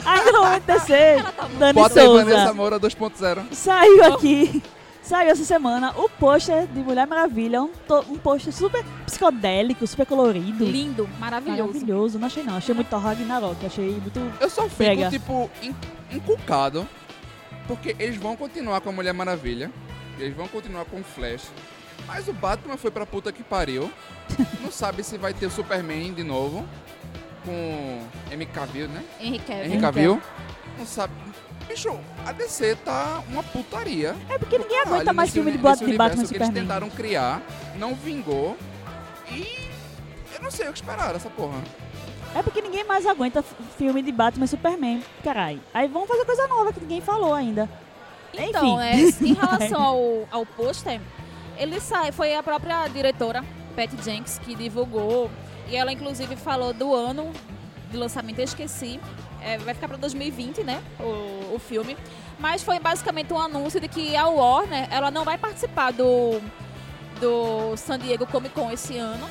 Speaker 3: Ainda no momento de descer, Dani
Speaker 2: Bota aí Vanessa
Speaker 3: Souza.
Speaker 2: Moura 2.0.
Speaker 3: Saiu aqui. Saiu essa semana o pôster de Mulher Maravilha, um, to- um pôster super psicodélico, super colorido.
Speaker 4: Lindo, maravilhoso.
Speaker 3: Maravilhoso, não achei não. Achei muito Thor Ragnarok, achei muito...
Speaker 2: Eu só fico,
Speaker 3: Pega.
Speaker 2: tipo, en- encucado. Porque eles vão continuar com a Mulher Maravilha. Eles vão continuar com o Flash. Mas o Batman foi pra puta que pariu. não sabe se vai ter o Superman de novo. Com MKV, né?
Speaker 4: Henrique
Speaker 2: Henry Cavill. Não sabe. Bicho, a DC tá uma putaria.
Speaker 3: É porque ninguém
Speaker 2: Caralho,
Speaker 3: aguenta mais
Speaker 2: nesse
Speaker 3: filme de,
Speaker 2: uni-
Speaker 3: Bat-
Speaker 2: nesse
Speaker 3: de Batman e
Speaker 2: universo que eles
Speaker 3: Superman.
Speaker 2: tentaram criar, não vingou. E eu não sei o que esperar dessa porra.
Speaker 3: É porque ninguém mais aguenta f- filme de Batman e Superman, carai. Aí vamos fazer coisa nova que ninguém falou ainda.
Speaker 4: Então, é,
Speaker 3: Enfim.
Speaker 4: em relação ao, ao pôster, ele sai, foi a própria diretora, Pat Jenks, que divulgou. E ela, inclusive, falou do ano de lançamento, eu esqueci. É, vai ficar para 2020, né? O, o filme. Mas foi basicamente um anúncio de que a Warner ela não vai participar do, do San Diego Comic Con esse ano.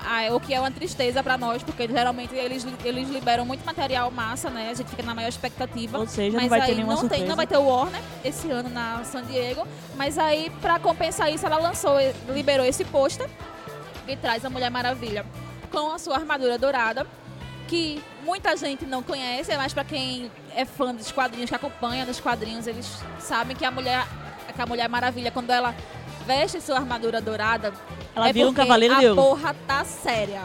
Speaker 4: Ah, o que é uma tristeza para nós, porque geralmente eles, eles liberam muito material massa, né? A gente fica na maior expectativa
Speaker 3: Ou seja,
Speaker 4: mas
Speaker 3: não vai
Speaker 4: aí
Speaker 3: ter nenhuma
Speaker 4: não,
Speaker 3: surpresa.
Speaker 4: Tem, não vai ter o Warner esse ano na San Diego. Mas aí, pra compensar isso, ela lançou, liberou esse pôster que traz a Mulher Maravilha com a sua armadura dourada, que muita gente não conhece, mas pra quem é fã dos quadrinhos, que acompanha dos quadrinhos, eles sabem que a Mulher, que a Mulher Maravilha, quando ela veste sua armadura dourada,
Speaker 3: Ela
Speaker 4: é
Speaker 3: vira um
Speaker 4: porque
Speaker 3: cavaleiro
Speaker 4: a
Speaker 3: de ouro.
Speaker 4: porra tá séria.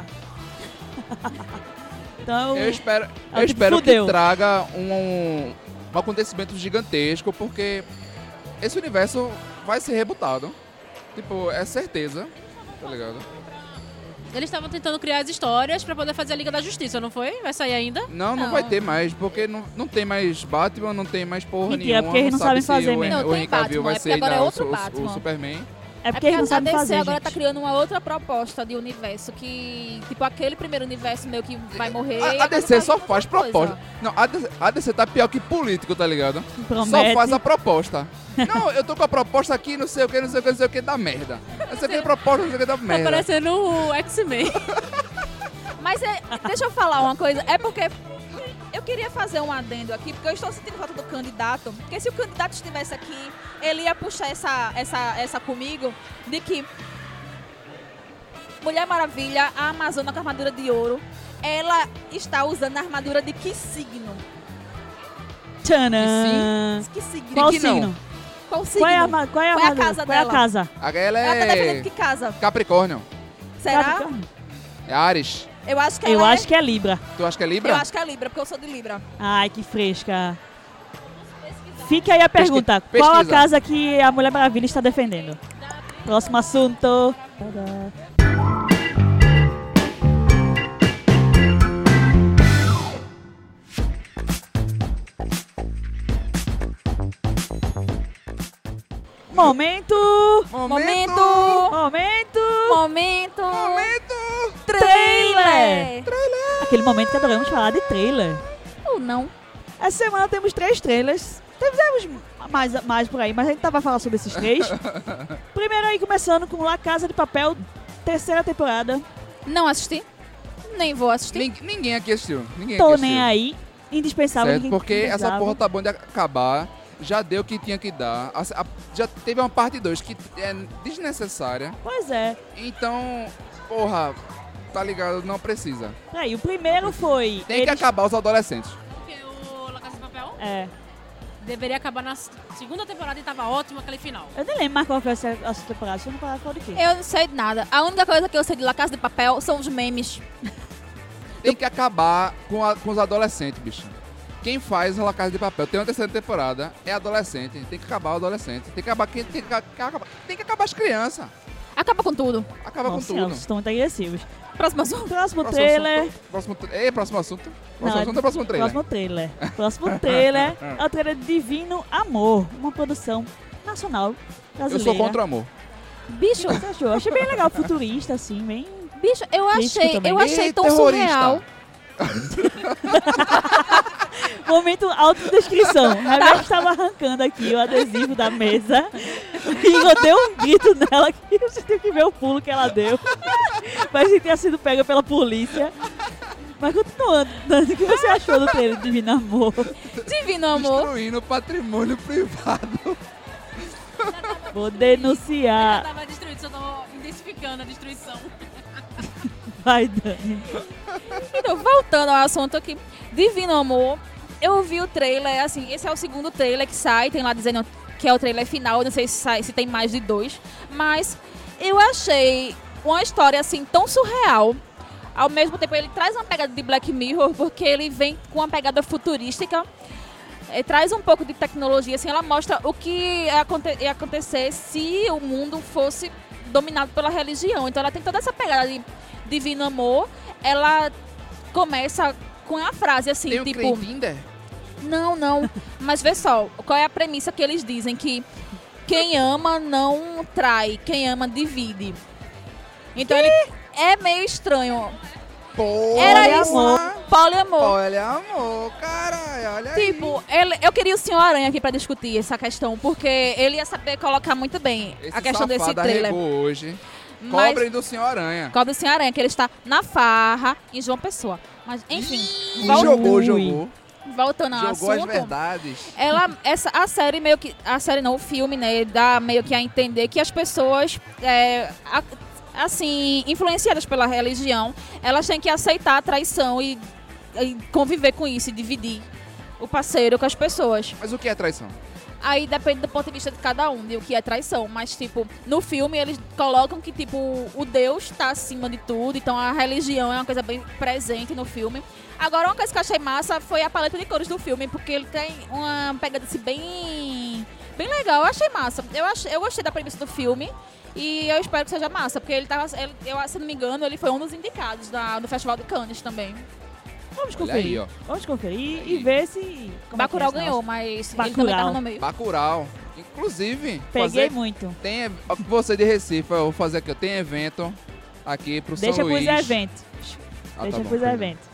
Speaker 3: Então,
Speaker 2: Eu espero,
Speaker 3: Ah,
Speaker 2: eu
Speaker 3: tipo,
Speaker 2: espero que
Speaker 3: fudeu.
Speaker 2: traga um, um acontecimento gigantesco, porque esse universo vai ser rebutado. Tipo, é certeza. Tá ligado?
Speaker 5: Eles estavam tentando criar as histórias pra poder fazer a Liga da Justiça, não foi? Vai sair ainda?
Speaker 2: Não, não,
Speaker 4: Não.
Speaker 2: vai ter mais, porque não, não tem mais Batman, não tem mais porra
Speaker 3: Mentira, é
Speaker 2: nenhuma.
Speaker 3: porque eles não
Speaker 2: sabe
Speaker 3: sabem fazer
Speaker 2: se o,
Speaker 3: mesmo.
Speaker 2: o
Speaker 4: Não, tem
Speaker 2: Henry Cavill
Speaker 4: Batman,
Speaker 2: vai
Speaker 4: é porque
Speaker 2: ser
Speaker 4: agora é
Speaker 2: ainda o
Speaker 4: outro
Speaker 2: su- o,
Speaker 4: Batman.
Speaker 2: Superman.
Speaker 3: É porque eles não
Speaker 4: a
Speaker 3: sabem
Speaker 4: DC
Speaker 3: fazer,
Speaker 4: agora
Speaker 3: gente.
Speaker 4: tá criando uma outra proposta de universo que, tipo, aquele primeiro universo meu que vai morrer.
Speaker 2: A, a
Speaker 4: agora
Speaker 2: DC
Speaker 4: tá
Speaker 2: só
Speaker 4: outra
Speaker 2: faz
Speaker 4: coisa.
Speaker 2: proposta. Não, a DC, a DC tá pior que político, tá ligado?
Speaker 3: Promete.
Speaker 2: Só faz a proposta. Não, eu tô com a proposta aqui, não sei o que, não sei o que, não sei o que, dá merda. Não sei o que, proposta, não sei o que, dá
Speaker 5: Tá
Speaker 2: merda.
Speaker 5: parecendo o X-Men.
Speaker 4: Mas é- deixa eu falar uma coisa. É porque eu queria fazer um adendo aqui, porque eu estou sentindo falta do candidato. Porque se o candidato estivesse aqui, ele ia puxar essa, essa, essa comigo de que Mulher Maravilha, a Amazona com a armadura de ouro, ela está usando a armadura de que signo?
Speaker 3: Tchanã.
Speaker 4: Que signo?
Speaker 3: Qual
Speaker 2: que não?
Speaker 3: signo?
Speaker 4: Qual signo?
Speaker 3: Qual é a, ma- qual é a,
Speaker 4: Qual é a
Speaker 3: madura?
Speaker 4: casa
Speaker 3: Qual é a
Speaker 4: dela?
Speaker 3: casa?
Speaker 2: Agora Ela
Speaker 4: Ela tá defendendo
Speaker 2: é
Speaker 4: que casa.
Speaker 2: Capricórnio,
Speaker 4: Será?
Speaker 3: Capricórnio?
Speaker 2: é Ares.
Speaker 4: um Eu acho que ela
Speaker 3: Eu
Speaker 4: é...
Speaker 3: acho que é Libra.
Speaker 2: Tu acha que é
Speaker 4: Eu
Speaker 2: Libra?
Speaker 4: acho que é Libra, porque eu sou de Libra.
Speaker 3: Ai, que fresca. Fica aí a pergunta.
Speaker 2: Pesquisa.
Speaker 3: Qual a casa que a Mulher Maravilha está defendendo? Próximo assunto. Tadá. Momento!
Speaker 4: um Momento!
Speaker 3: Momento!
Speaker 4: Momento!
Speaker 2: Momento!
Speaker 3: Trailer! Aquele momento que adoramos falar de trailer.
Speaker 4: Ou não?
Speaker 3: Essa semana temos três trailers. Temos mais, mais por aí, mas a gente tá- vai falar sobre esses três. Primeiro aí, começando com La Casa de Papel, terceira temporada.
Speaker 2: é
Speaker 4: Não assisti. Nem vou assistir.
Speaker 2: Nin- ninguém aqui assistiu. Ninguém
Speaker 3: Tô
Speaker 2: aqui
Speaker 3: nem
Speaker 2: assistiu.
Speaker 3: aí. Indispensável.
Speaker 2: Certo?
Speaker 3: ninguém
Speaker 2: Porque essa
Speaker 3: precisava.
Speaker 2: porra tá bom de acabar. Já deu o que tinha que dar. A- a- já teve uma parte 2 que é desnecessária.
Speaker 3: Pois é.
Speaker 2: Então, porra, tá ligado? Não precisa.
Speaker 3: Peraí, o primeiro foi...
Speaker 2: Tem que
Speaker 3: eles-
Speaker 2: acabar os adolescentes.
Speaker 5: Porque o La Casa de Papel
Speaker 3: É.
Speaker 5: deveria acabar na segunda temporada e tava ótimo aquele final.
Speaker 3: Eu nem lembro mais qual foi essa, essa temporada. Deixa eu não falar qual de quê.
Speaker 4: Eu não sei de nada. A única coisa que eu sei de La Casa de Papel são os memes.
Speaker 2: Tem que acabar com, a- com os adolescentes, bicho. Quem faz La Casa de Papel tem uma terceira temporada, é adolescente, tem que acabar o adolescente, tem que acabar quem tem que, ca- ca- acabar, tem que acabar as crianças,
Speaker 4: Acaba com tudo.
Speaker 2: acaba
Speaker 3: Nossa,
Speaker 2: com
Speaker 3: senhora,
Speaker 2: tudo.
Speaker 3: vocês estão muito agressivos.
Speaker 4: Próximo assunto.
Speaker 3: Próximo
Speaker 2: Próximo
Speaker 3: trailer...
Speaker 2: assunto, próximo, tra- Ei, próximo assunto, próximo
Speaker 3: Não, é-
Speaker 2: assunto ou próximo trailer?
Speaker 3: Próximo trailer. Próximo trailer é o trailer de Divino Amor, uma produção nacional
Speaker 2: Eu
Speaker 3: brasileira.
Speaker 2: sou contra o amor.
Speaker 4: Bicho,
Speaker 3: Você achou? Eu Achei bem legal, futurista, assim, bem.
Speaker 4: bicho, eu
Speaker 3: Crítico
Speaker 4: achei,
Speaker 3: também.
Speaker 4: eu achei
Speaker 2: Ei,
Speaker 4: tão
Speaker 2: é terrorista.
Speaker 4: surreal.
Speaker 3: Momento autodescrição. A Beth estava arrancando aqui o adesivo da mesa. E eu dei um grito nela que você teve que ver o pulo que ela deu. Mas que tinha sido pega pela polícia. Mas continuando, Dani, o que você achou do trailer de Divino Amor?
Speaker 4: Divino amor.
Speaker 2: Destruindo o patrimônio privado.
Speaker 3: Vou
Speaker 5: Já
Speaker 3: denunciar.
Speaker 5: tava destruído, só tava intensificando a destruição.
Speaker 3: Vai, Dani.
Speaker 4: Então, voltando ao assunto aqui. Divino amor. Eu vi o trailer, assim, esse é o segundo trailer que sai, tem lá dizendo que é o trailer final, não sei se, sai- se tem mais de dois, mas eu achei uma história assim tão surreal. Ao mesmo tempo, ele traz uma pegada de Black Mirror, porque ele vem com uma pegada futurística. eh, traz um pouco de tecnologia, assim, ela mostra o que ia aconte- ia acontecer se o mundo fosse dominado pela religião. Então ela tem toda essa pegada de divino amor. Ela começa com a frase assim,
Speaker 2: tem um
Speaker 4: tipo.
Speaker 2: Crentinder?
Speaker 4: Não, não. Mas vê só, qual é a premissa que eles dizem? Que quem ama não trai, quem ama divide. Então ele é meio estranho.
Speaker 2: Porra!
Speaker 4: Era isso. Poliamor.
Speaker 2: Olha, amor, caralho, olha
Speaker 4: Tipo, ele- eu queria o Senhor Aranha aqui pra discutir essa questão, porque ele ia saber colocar muito bem
Speaker 2: aí. Esse
Speaker 4: a questão desse
Speaker 2: safado
Speaker 4: trailer.
Speaker 2: arregou hoje.
Speaker 4: Mas-
Speaker 2: Cobrem do Senhor Aranha.
Speaker 4: Cobre o Senhor Aranha, que ele está na farra em João Pessoa. Mas, enfim,
Speaker 3: Val-
Speaker 2: Jogou,
Speaker 3: Ui.
Speaker 2: jogou.
Speaker 4: voltando ao
Speaker 2: jogou as
Speaker 4: assunto.
Speaker 2: verdades.
Speaker 4: ela essa a série meio que a série não o filme né dá meio que a entender que as pessoas é, a- assim influenciadas pela religião elas têm que aceitar a traição e, e conviver com isso e dividir o parceiro com as pessoas
Speaker 2: Mas o que é traição?
Speaker 4: aí depende do ponto de vista de cada um de o que é traição mas tipo no filme eles colocam que tipo o Deus está acima de tudo então a religião é uma coisa bem presente no filme Agora, uma coisa que eu achei massa foi a paleta de cores do filme, porque ele tem uma pegada assim, bem. bem legal. Eu achei massa. Eu, achei, eu gostei da premissa do filme e eu espero que seja massa, porque ele tava. ele- eu, se não me engano, ele foi um dos indicados da, no Festival de Cannes também.
Speaker 3: Vamos
Speaker 2: Olha
Speaker 3: conferir.
Speaker 2: aí, ó.
Speaker 3: Vamos conferir
Speaker 2: Aí.
Speaker 3: e ver se. como é que é
Speaker 4: Bacurau
Speaker 3: esse
Speaker 4: ganhou, mas ele
Speaker 3: Bacurau.
Speaker 4: também tava no meio.
Speaker 2: Bacurau. Inclusive,
Speaker 3: Peguei
Speaker 2: fazer,
Speaker 3: muito.
Speaker 2: tem ev- você de Recife, eu vou fazer aqui, eu tenho evento aqui pro
Speaker 3: Deixa
Speaker 2: São
Speaker 3: pros
Speaker 2: Luís.
Speaker 3: eventos.
Speaker 2: Ah,
Speaker 3: Deixa
Speaker 2: tá bom,
Speaker 3: pros
Speaker 2: perdão.
Speaker 3: eventos.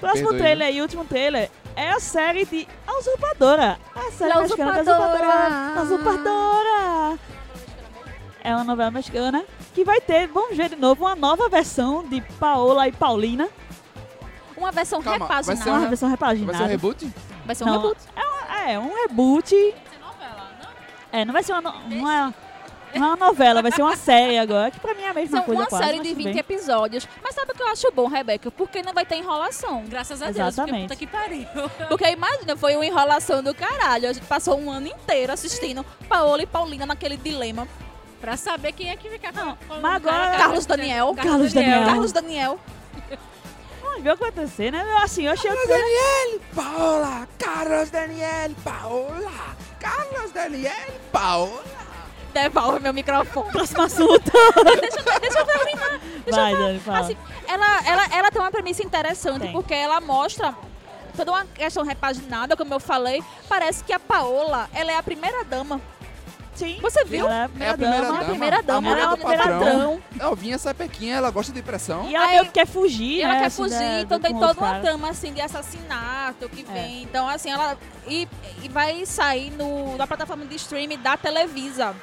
Speaker 3: Próximo
Speaker 2: Perdoe, né?
Speaker 3: trailer e último trailer é a série de A Usurpadora. A série
Speaker 4: La
Speaker 3: mexicana da Usurpadora.
Speaker 4: Usurpadora.
Speaker 3: A Usurpadora. É uma novela mexicana que vai ter, vamos ver de novo, uma nova versão de Paola e Paulina.
Speaker 4: Uma versão
Speaker 2: Calma, vai
Speaker 4: repaginada.
Speaker 2: ser
Speaker 3: uma
Speaker 2: uma-
Speaker 3: versão
Speaker 2: Vai ser um
Speaker 3: repaginada.
Speaker 2: reboot?
Speaker 4: Vai ser um
Speaker 3: Não,
Speaker 4: reboot.
Speaker 3: É, um reboot. É, não vai ser uma, no- não é- não é uma novela, vai ser uma série agora, que pra mim é a mesma
Speaker 4: São
Speaker 3: coisa
Speaker 4: uma
Speaker 3: quase,
Speaker 4: série
Speaker 3: mas
Speaker 4: de
Speaker 3: tudo
Speaker 4: 20
Speaker 3: bem.
Speaker 4: episódios. Mas sabe o que eu acho bom, Rebeca? Porque não vai ter enrolação.
Speaker 5: Graças a Deus, porque
Speaker 3: Exatamente.
Speaker 5: puta que pariu.
Speaker 4: Porque imagina, foi uma enrolação do caralho. A gente passou um ano inteiro assistindo Paola e Paulina naquele dilema.
Speaker 5: pra saber quem é que fica com
Speaker 3: mas
Speaker 5: com o cara,
Speaker 3: agora-
Speaker 5: cara,
Speaker 4: Carlos
Speaker 5: cara,
Speaker 4: Daniel.
Speaker 3: Carlos Daniel. Não.
Speaker 4: Carlos Daniel.
Speaker 3: Vamos ver o que vai acontecer, né? Eu, Assim, eu achei
Speaker 2: é
Speaker 3: o trailer-
Speaker 2: Daniel, Paola, Carlos Daniel, Paola, Carlos Daniel, Paola.
Speaker 4: Devolve meu microfone.
Speaker 3: próximo assunto.
Speaker 4: Deixa eu terminar. Deixa
Speaker 3: Vai,
Speaker 4: eu falar.
Speaker 3: Dani, fala.
Speaker 4: Assim, ela, ela, ela tem uma premissa interessante,
Speaker 3: Tem.
Speaker 4: porque ela mostra toda uma questão repaginada, como eu falei. Parece que a Paola, ela é a primeira dama.
Speaker 3: Sim.
Speaker 4: Você viu?
Speaker 3: Ela
Speaker 2: É a primeira
Speaker 4: Ela é
Speaker 2: dama.
Speaker 4: a primeira dama.
Speaker 2: A mulher
Speaker 4: ela é
Speaker 2: do
Speaker 4: a primeira
Speaker 2: patrão. É
Speaker 4: dama.
Speaker 2: Novinha, essa pequinha, ela gosta de pressão.
Speaker 3: E ela
Speaker 4: Aí-
Speaker 3: meio que quer fugir,
Speaker 4: Ah, E ela
Speaker 3: né,
Speaker 4: quer
Speaker 3: assim,
Speaker 4: fugir,
Speaker 3: da-
Speaker 4: então
Speaker 3: do-
Speaker 4: tem
Speaker 3: com É.
Speaker 4: toda
Speaker 3: os
Speaker 4: uma
Speaker 3: caras.
Speaker 4: trama assim de assassinato que vem. Então, assim, ela. E, e vai sair no, na plataforma de streaming da Televisa.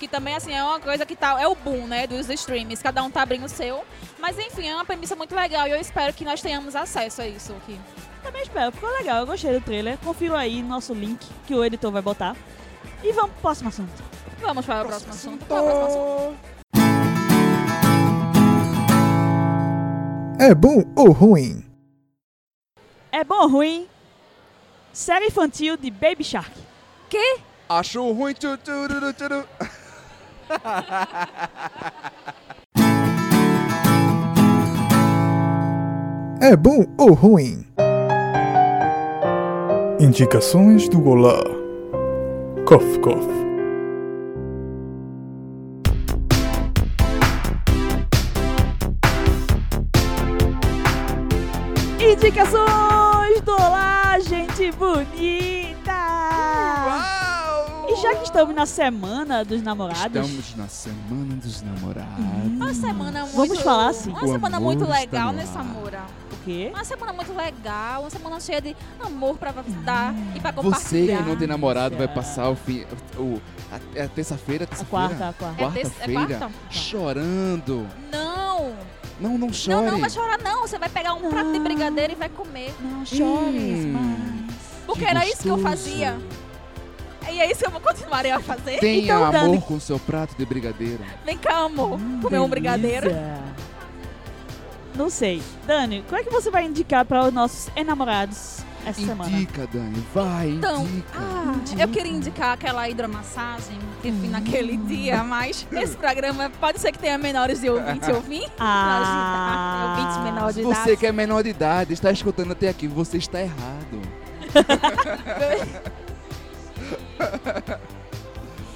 Speaker 4: Que também, assim, é uma coisa que tá. É o boom, né? Dos streams. Cada um tá abrindo o seu. Mas, enfim, é uma premissa muito legal e eu espero que nós tenhamos acesso a isso aqui.
Speaker 3: Também espero, ficou legal, eu gostei do trailer. Confiro aí nosso link que o editor vai botar. E vamos pro próximo assunto.
Speaker 4: Vamos para o próximo assunto. Qual é o próximo assunto?
Speaker 2: Tô-
Speaker 1: É bom ou ruim?
Speaker 3: É bom ou ruim? Série infantil de Baby Shark.
Speaker 2: Acho ruim. tchu, tchu, tchu, tchu, tchu.
Speaker 1: É bom ou ruim? Indicações do Olá. Cof, cof.
Speaker 3: Indicações do Olá, gente bonita!
Speaker 2: Uau!
Speaker 3: E já que estamos na semana dos namorados,
Speaker 2: Estamos na Semana dos Namorados.
Speaker 4: Uma semana muito.
Speaker 3: Vamos falar assim.
Speaker 4: Uma
Speaker 2: O
Speaker 4: semana
Speaker 2: amor
Speaker 4: muito
Speaker 2: está
Speaker 4: legal,
Speaker 2: no
Speaker 4: né,
Speaker 2: ar.
Speaker 4: Samora?
Speaker 3: o quê?
Speaker 4: Uma semana muito legal, uma semana cheia de amor pra dar e pra compartilhar.
Speaker 2: Você que não tem namorado vai passar o fim. O, a, a terça-feira, terça-feira.
Speaker 3: A quarta, a quarta.
Speaker 4: É terça- é
Speaker 2: Quarta-feira.
Speaker 4: quarta?
Speaker 2: Chorando.
Speaker 4: Não!
Speaker 2: Não, não
Speaker 4: Não,
Speaker 2: chore.
Speaker 4: não vai chorar não. Você vai pegar um
Speaker 3: Não.
Speaker 4: prato de brigadeiro e vai comer.
Speaker 3: Não chores
Speaker 2: chores
Speaker 3: mais.
Speaker 2: mais.
Speaker 4: Porque
Speaker 2: Que
Speaker 4: era isso que eu
Speaker 2: gostoso.
Speaker 4: fazia. E é isso que eu vou continuarei a fazer.
Speaker 2: Tenha
Speaker 3: Então,
Speaker 2: amor
Speaker 3: Dani-
Speaker 2: com seu prato de brigadeiro.
Speaker 4: Vem cá, amor.
Speaker 2: Hum,
Speaker 4: comer um brigadeiro.
Speaker 3: é Não sei. Dani, qual é que você vai indicar para os nossos enamorados essa semana?
Speaker 2: Indica, Dani. Vai,
Speaker 4: Então,
Speaker 2: indica.
Speaker 4: ah, eu queria indicar aquela hidromassagem que eu fiz naquele
Speaker 2: Hum.
Speaker 4: dia, mas esse programa pode ser que tenha menores de ouvinte ouvir.
Speaker 3: Ah,
Speaker 4: Ouvinte menor de idade.
Speaker 2: Você que é menor de idade, está escutando até aqui, você está errado.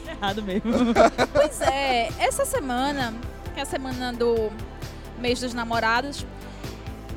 Speaker 3: errado mesmo.
Speaker 4: Pois é, essa semana, que é a semana do mês dos namorados,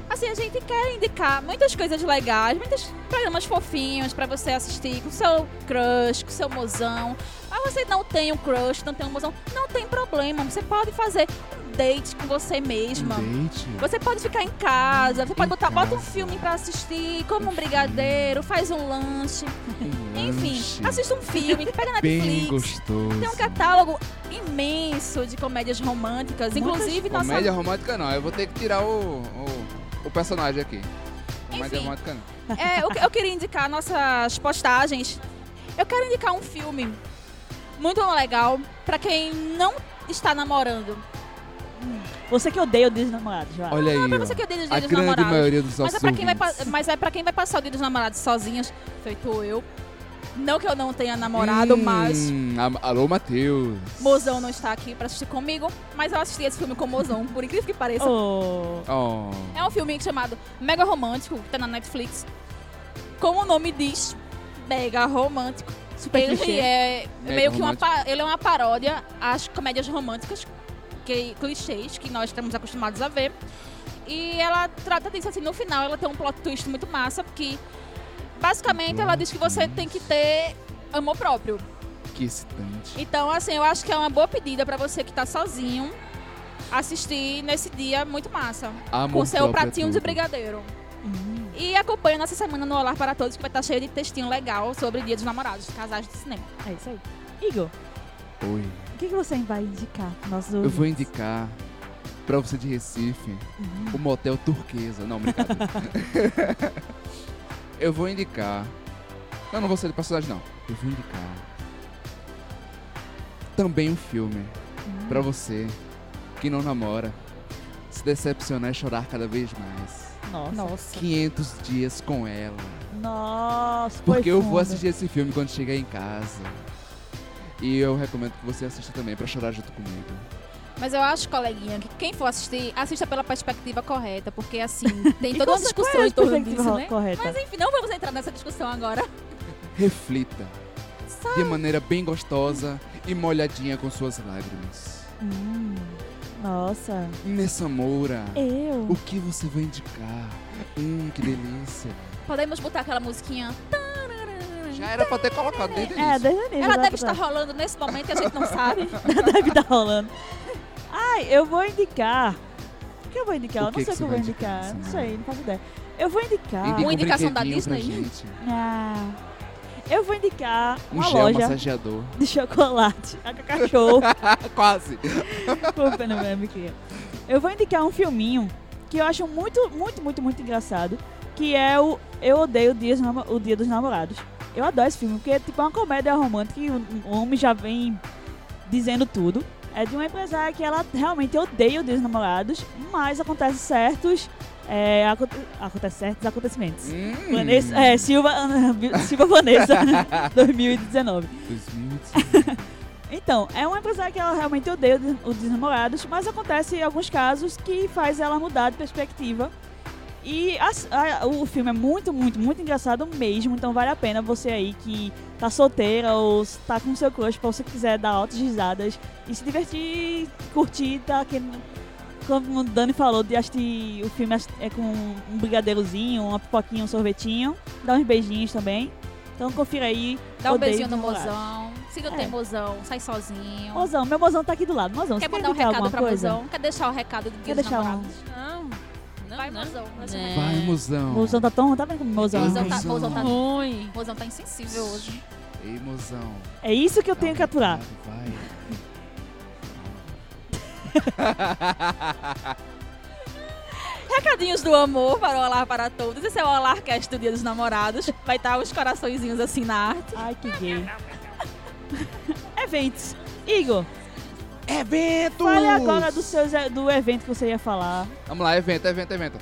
Speaker 4: assim, a gente quer indicar muitas coisas legais, muitos programas fofinhos pra você assistir com seu crush, com seu mozão. Mas você não tem um crush, não tem um mozão, não tem problema. Você pode fazer um date com você mesma.
Speaker 2: Gente,
Speaker 4: Você pode ficar em casa, você pode
Speaker 2: Um Em
Speaker 4: botar, bota um
Speaker 2: casa.
Speaker 4: filme pra assistir, come um brigadeiro, faz um lanche, enfim, assiste um filme, pega na
Speaker 2: Bem
Speaker 4: Netflix.
Speaker 2: gostoso.
Speaker 4: Tem um catálogo imenso de comédias românticas, inclusive nossa.
Speaker 2: Comédia romântica não, eu vou ter que tirar o, o, o personagem aqui. Comédia
Speaker 4: Enfim.
Speaker 2: romântica não.
Speaker 4: É, eu, eu queria indicar nossas postagens. Eu quero indicar um filme muito legal pra quem não está namorando.
Speaker 3: Você que odeia o Dia dos namorados, vai.
Speaker 2: Olha aí,
Speaker 4: Ah, é Pra
Speaker 2: ó.
Speaker 4: você que odeia os
Speaker 2: a
Speaker 4: dias dos
Speaker 2: grande
Speaker 4: namorados.
Speaker 2: maioria dos
Speaker 4: Mas
Speaker 2: nossos
Speaker 4: é, pra quem vai, pa-
Speaker 2: ouvintes.
Speaker 4: mas é pra quem vai passar o dia dos namorados sozinhas, feito eu. Não que eu não tenha namorado,
Speaker 2: Hum,
Speaker 4: mas
Speaker 2: am- Alô, Matheus.
Speaker 4: Mozão não está aqui pra assistir comigo. Mas eu assisti esse filme com o Mozão, por incrível que pareça.
Speaker 3: Oh,
Speaker 2: Oh.
Speaker 4: É um filme chamado Mega Romântico, que tá na Netflix. Como o nome diz, Mega Romântico.
Speaker 3: super
Speaker 4: Ele
Speaker 3: clichê.
Speaker 4: é
Speaker 2: Mega
Speaker 4: meio que uma,
Speaker 2: romântico.
Speaker 4: pa- ele é uma paródia às comédias românticas, que, clichês, que nós estamos acostumados a ver. E ela trata disso assim, no final ela tem um plot twist muito massa, porque basicamente ela diz que você tem que ter amor próprio.
Speaker 2: Que excitante.
Speaker 4: Então, assim, eu acho que é uma boa pedida pra você que tá sozinho assistir nesse dia muito massa.
Speaker 2: Amor
Speaker 4: com seu
Speaker 2: próprio é
Speaker 4: pratinho de
Speaker 2: tudo.
Speaker 4: brigadeiro.
Speaker 3: Hum.
Speaker 4: E acompanha nossa semana no Olar para Todos, que vai estar cheio de textinho legal sobre Dia dos Namorados, casais de cinema.
Speaker 3: É isso aí. Igor,
Speaker 2: Oi.
Speaker 3: o que, que você vai indicar pro nosso
Speaker 2: Eu vou indicar pra você de Recife
Speaker 3: Uhum.
Speaker 2: o motel turquesa. Não, brincadeira. eu vou indicar. Não, não vou ser de personagem, não. Eu vou indicar também um filme
Speaker 3: Hum.
Speaker 2: pra você que não namora se decepcionar e chorar cada vez mais.
Speaker 3: Nossa.
Speaker 7: Nossa.
Speaker 2: 500 dias com ela.
Speaker 3: Nossa, foi
Speaker 2: Porque eu
Speaker 3: fundo.
Speaker 2: vou assistir esse filme quando chegar em casa. E eu recomendo que você assista também pra chorar junto comigo.
Speaker 4: Mas eu acho, coleguinha, que quem for assistir, assista pela perspectiva correta, porque assim, tem
Speaker 3: E
Speaker 4: toda
Speaker 3: qual- qual
Speaker 4: uma discussão
Speaker 3: é a
Speaker 4: em torno
Speaker 3: perspectiva
Speaker 4: disso, né?
Speaker 3: correta?
Speaker 4: Mas enfim, não vamos entrar nessa discussão agora.
Speaker 2: Reflita de maneira bem gostosa e molhadinha com suas lágrimas.
Speaker 3: Hum,
Speaker 4: é-
Speaker 3: nossa.
Speaker 2: Nessa Moura,
Speaker 3: Eu.
Speaker 2: o que você vai indicar? Hum, que delícia.
Speaker 4: Podemos botar aquela musiquinha.
Speaker 2: Já era pra ter colocado desde o
Speaker 3: É,
Speaker 2: início.
Speaker 3: desde o início,
Speaker 4: Ela
Speaker 3: né,
Speaker 4: deve
Speaker 3: pessoal?
Speaker 4: estar rolando nesse momento e a gente não sabe.
Speaker 3: deve estar rolando. Ai, eu vou indicar. O que eu vou indicar?
Speaker 2: O
Speaker 3: Eu
Speaker 2: que
Speaker 3: não
Speaker 2: que
Speaker 3: sei o que eu
Speaker 2: você
Speaker 3: vou
Speaker 2: vai indicar,
Speaker 3: indicar. Não
Speaker 2: Samara?
Speaker 3: sei, não faço ideia. Eu vou indicar.
Speaker 2: Indica um
Speaker 4: Uma indicação da
Speaker 2: brinquedinho pra
Speaker 4: Disney?
Speaker 2: gente.
Speaker 3: Ah, eu vou indicar
Speaker 2: Um
Speaker 3: uma
Speaker 2: gel
Speaker 3: loja
Speaker 2: massageador. É,
Speaker 3: de chocolate. A Cacá Show.
Speaker 2: Quase.
Speaker 3: É. Desculpa, não é, mentira. Eu vou indicar um filminho que eu acho muito, muito, muito, muito engraçado. Que é o Eu Odeio o Dia dos, Namo- o Dia dos Namorados. Eu adoro esse filme, porque tipo, é uma comédia romântica e o o homem já vem dizendo tudo. É de uma empresária que ela realmente odeia o Dia dos Namorados, mas acontece certos. É, aconte- acontece certos acontecimentos.
Speaker 2: Hum.
Speaker 3: Vanessa, é, Silva, Silva Vanessa, 2019.
Speaker 2: 2018.
Speaker 3: Então, é uma empresária que ela realmente odeia os desnamorados, mas acontece alguns casos que faz ela mudar de perspectiva. E as- a- o filme é muito, muito, muito engraçado mesmo, então vale a pena você aí que tá solteira ou s- tá com seu crush, pra você que quiser dar altas risadas e se divertir, curtir, tá querendo- Como o Dani falou, de assistir o filme ass- é com um brigadeirozinho, uma pipoquinha, um sorvetinho, dá uns beijinhos também. Então confira aí.
Speaker 4: Dá um
Speaker 3: Odeio
Speaker 4: beijinho no
Speaker 3: namorar.
Speaker 4: mozão. Se não
Speaker 3: É.
Speaker 4: tem mozão, sai sozinho.
Speaker 3: Mozão, meu mozão tá aqui do lado. Mozão,
Speaker 4: Quer
Speaker 3: você
Speaker 4: mandar um
Speaker 3: indicar
Speaker 4: recado
Speaker 3: alguma
Speaker 4: pra
Speaker 3: coisa?
Speaker 4: mozão? Quer deixar o recado do dia
Speaker 3: Quer
Speaker 4: dos
Speaker 3: deixar um-
Speaker 4: namorados?
Speaker 5: Não, não,
Speaker 4: Vai,
Speaker 5: não.
Speaker 4: mozão. Vai,
Speaker 5: É.
Speaker 2: Vai, mozão.
Speaker 3: Mozão tá tão. Tá vendo como mozão?
Speaker 2: Mozão
Speaker 4: Mozão tá,
Speaker 2: Mozão.
Speaker 4: mozão tá,
Speaker 5: Ruim.
Speaker 4: mozão tá insensível hoje.
Speaker 2: Ei, mozão.
Speaker 3: É isso que eu tenho que aturar.
Speaker 2: Vai.
Speaker 4: Recadinhos do amor para o Olar para todos. Esse é o Olarcast do Dia dos Namorados. Vai estar os coraçõezinhos assim na arte.
Speaker 3: Ai, que gay. Eventos. Igor,
Speaker 2: É Evento!
Speaker 3: fale agora do, seu, do evento que você ia falar.
Speaker 2: Vamos lá, evento, evento, evento.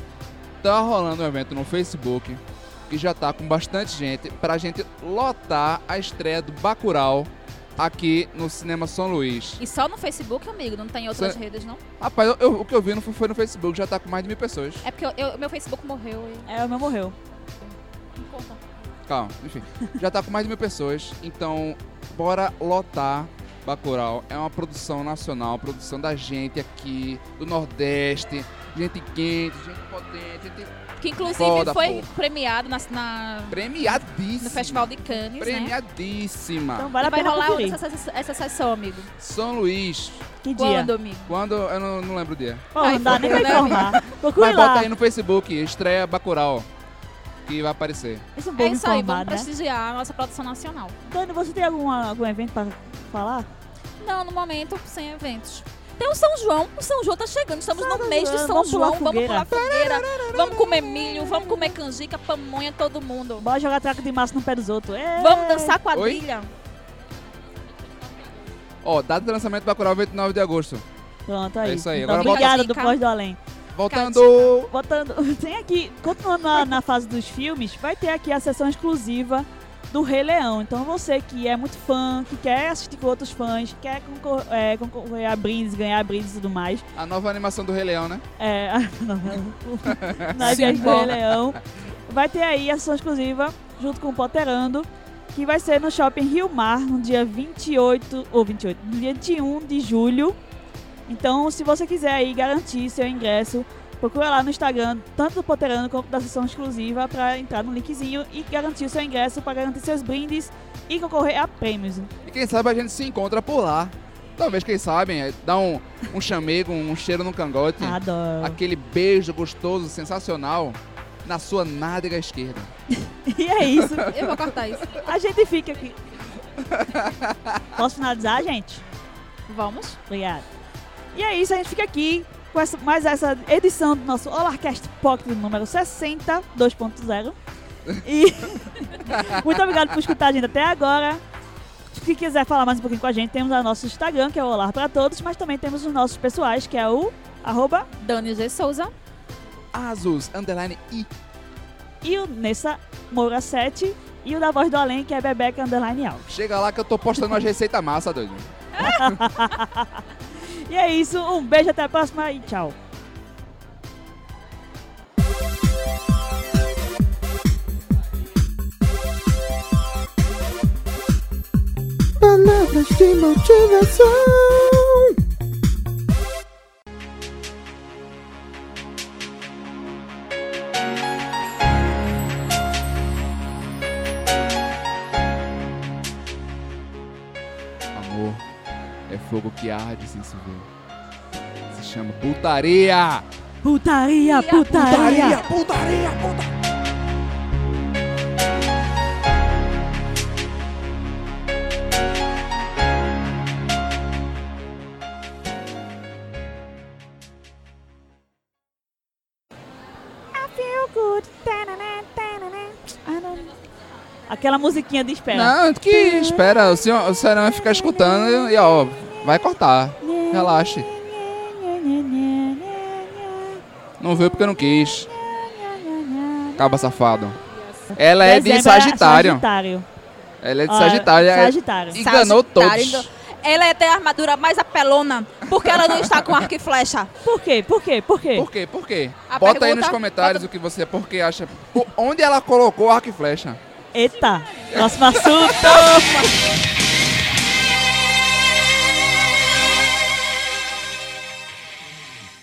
Speaker 2: Tá rolando um evento no Facebook que já tá com bastante gente pra gente lotar a estreia do Bacurau aqui no Cinema São Luís.
Speaker 4: E só no Facebook, amigo, não tem em outras
Speaker 2: Cê-
Speaker 4: redes, não?
Speaker 2: Rapaz, eu- eu- o que eu vi não foi, foi no Facebook, já tá com mais de mil pessoas.
Speaker 4: É porque eu- eu- meu Facebook morreu e.
Speaker 3: É, o meu morreu.
Speaker 4: Me conta.
Speaker 2: Calma, enfim. Já tá com mais de mil pessoas, então bora lotar Bacurau. É uma produção nacional, produção da gente aqui, do Nordeste. Gente quente, gente potente, gente
Speaker 4: Que inclusive
Speaker 2: Foda,
Speaker 4: foi premiado na, na-
Speaker 2: premiadíssima.
Speaker 4: no Festival de Cannes, né?
Speaker 2: Premiadíssima.
Speaker 3: Então vale a
Speaker 4: vai
Speaker 3: pena
Speaker 4: rolar
Speaker 3: conferir.
Speaker 4: essa, essa, essa sessão, amigo.
Speaker 2: São Luís.
Speaker 3: Que dia?
Speaker 4: Quando, amigo?
Speaker 2: Quando? Eu não, não lembro o dia.
Speaker 3: Pô, não dá nem pra
Speaker 4: Ai, né?
Speaker 3: informar. Procure
Speaker 2: Mas bota
Speaker 3: lá.
Speaker 2: aí no Facebook, estreia Bacurau. Que vai aparecer.
Speaker 3: Esse povo
Speaker 4: É isso aí, vamos
Speaker 3: informado, né?
Speaker 4: prestigiar a nossa produção nacional.
Speaker 3: Dani, você tem alguma, algum evento pra falar?
Speaker 4: Não, no momento, sem eventos. Tem o São João, o São João tá chegando, estamos no
Speaker 3: São
Speaker 4: mês de
Speaker 3: João,
Speaker 4: São
Speaker 3: vamos pular
Speaker 4: João, vamos
Speaker 3: fogueira.
Speaker 4: pular fogueira, vamos comer milho, vamos comer canjica, pamonha, todo mundo.
Speaker 3: Bora jogar traca de massa no pé dos outros. É. Ei!
Speaker 4: Vamos dançar quadrilha.
Speaker 2: Ó, data de lançamento do Bacurau, 29 de agosto.
Speaker 3: Pronto, aí.
Speaker 2: É isso aí,
Speaker 3: Então,
Speaker 2: agora bota-
Speaker 3: obrigada do
Speaker 4: Fica-
Speaker 3: Pós do Além.
Speaker 2: Voltando!
Speaker 3: botando. Tem aqui, continuando na, na fase dos filmes, vai ter aqui a sessão exclusiva do Rei Leão. Então você que é muito fã, que quer assistir com outros fãs, quer concor- é, concorrer a brindes, ganhar brindes e tudo mais,
Speaker 2: A nova animação do Rei Leão, né?
Speaker 3: é, a novela Nós Viés do Rei Leão, vai ter aí a sessão exclusiva junto com o Potterando, que vai ser no Shopping Rio Mar, no dia 28, ou 28, um no dia 21 de julho. Então, se você quiser aí garantir seu ingresso Procura lá no Instagram, tanto do Poterano quanto da sessão exclusiva, para entrar no linkzinho e garantir o seu ingresso, para garantir seus brindes e concorrer a prêmios.
Speaker 2: E quem sabe a gente se encontra por lá. Talvez, quem sabe, é, dá um, um chamego, um cheiro no cangote.
Speaker 3: Adoro.
Speaker 2: Aquele beijo gostoso, sensacional, na sua nádega esquerda.
Speaker 3: E é isso.
Speaker 4: Eu vou cortar isso.
Speaker 3: A gente fica aqui. Posso finalizar, gente?
Speaker 4: Vamos?
Speaker 3: Obrigada. E é isso, a gente fica aqui com essa- mais essa edição do nosso Olarcast Pocket número 60, 2.0. E muito obrigado por escutar a gente até agora. Se quiser falar mais um pouquinho com a gente, temos o nosso Instagram, que é o Olar para Todos, mas também temos os nossos pessoais, que é o arroba
Speaker 4: Dani G. Souza.
Speaker 2: Asus, underline I.
Speaker 3: e o Nessa Moura 7 e o da Voz do Além, que é Bebeca Underline Alves.
Speaker 2: Chega lá que eu tô postando umas receitas massa, doido.
Speaker 3: E é isso, um beijo, até a próxima e tchau.
Speaker 1: Palavras de motivação.
Speaker 2: Amor é fogo que arde sem se ver. Se chama putaria!
Speaker 3: Putaria, putaria.
Speaker 1: putaria, putaria.
Speaker 3: Aquela musiquinha de espera.
Speaker 2: Não, que espera, o senhor, o senhor vai ficar escutando e ó, vai cortar. Relaxe.
Speaker 3: Né,
Speaker 2: Não veio porque não quis. Caba safado. Ela é de
Speaker 3: Dezembro
Speaker 2: Sagitário.
Speaker 3: Sagitário.
Speaker 2: Ela é de
Speaker 3: Ó,
Speaker 2: Sagitário. é-
Speaker 3: Sagitário.
Speaker 2: Enganou
Speaker 4: Sagitário.
Speaker 2: todos.
Speaker 4: tá Ela é ter a armadura mais apelona, porque ela não está com arco e flecha.
Speaker 3: Por quê? Por quê? Por quê?
Speaker 2: Por quê? Por quê?
Speaker 4: A
Speaker 2: bota aí
Speaker 4: pergunta-
Speaker 2: nos comentários o que você por que acha. Por- onde ela colocou arco e flecha?
Speaker 3: Eita. Próximo assunto.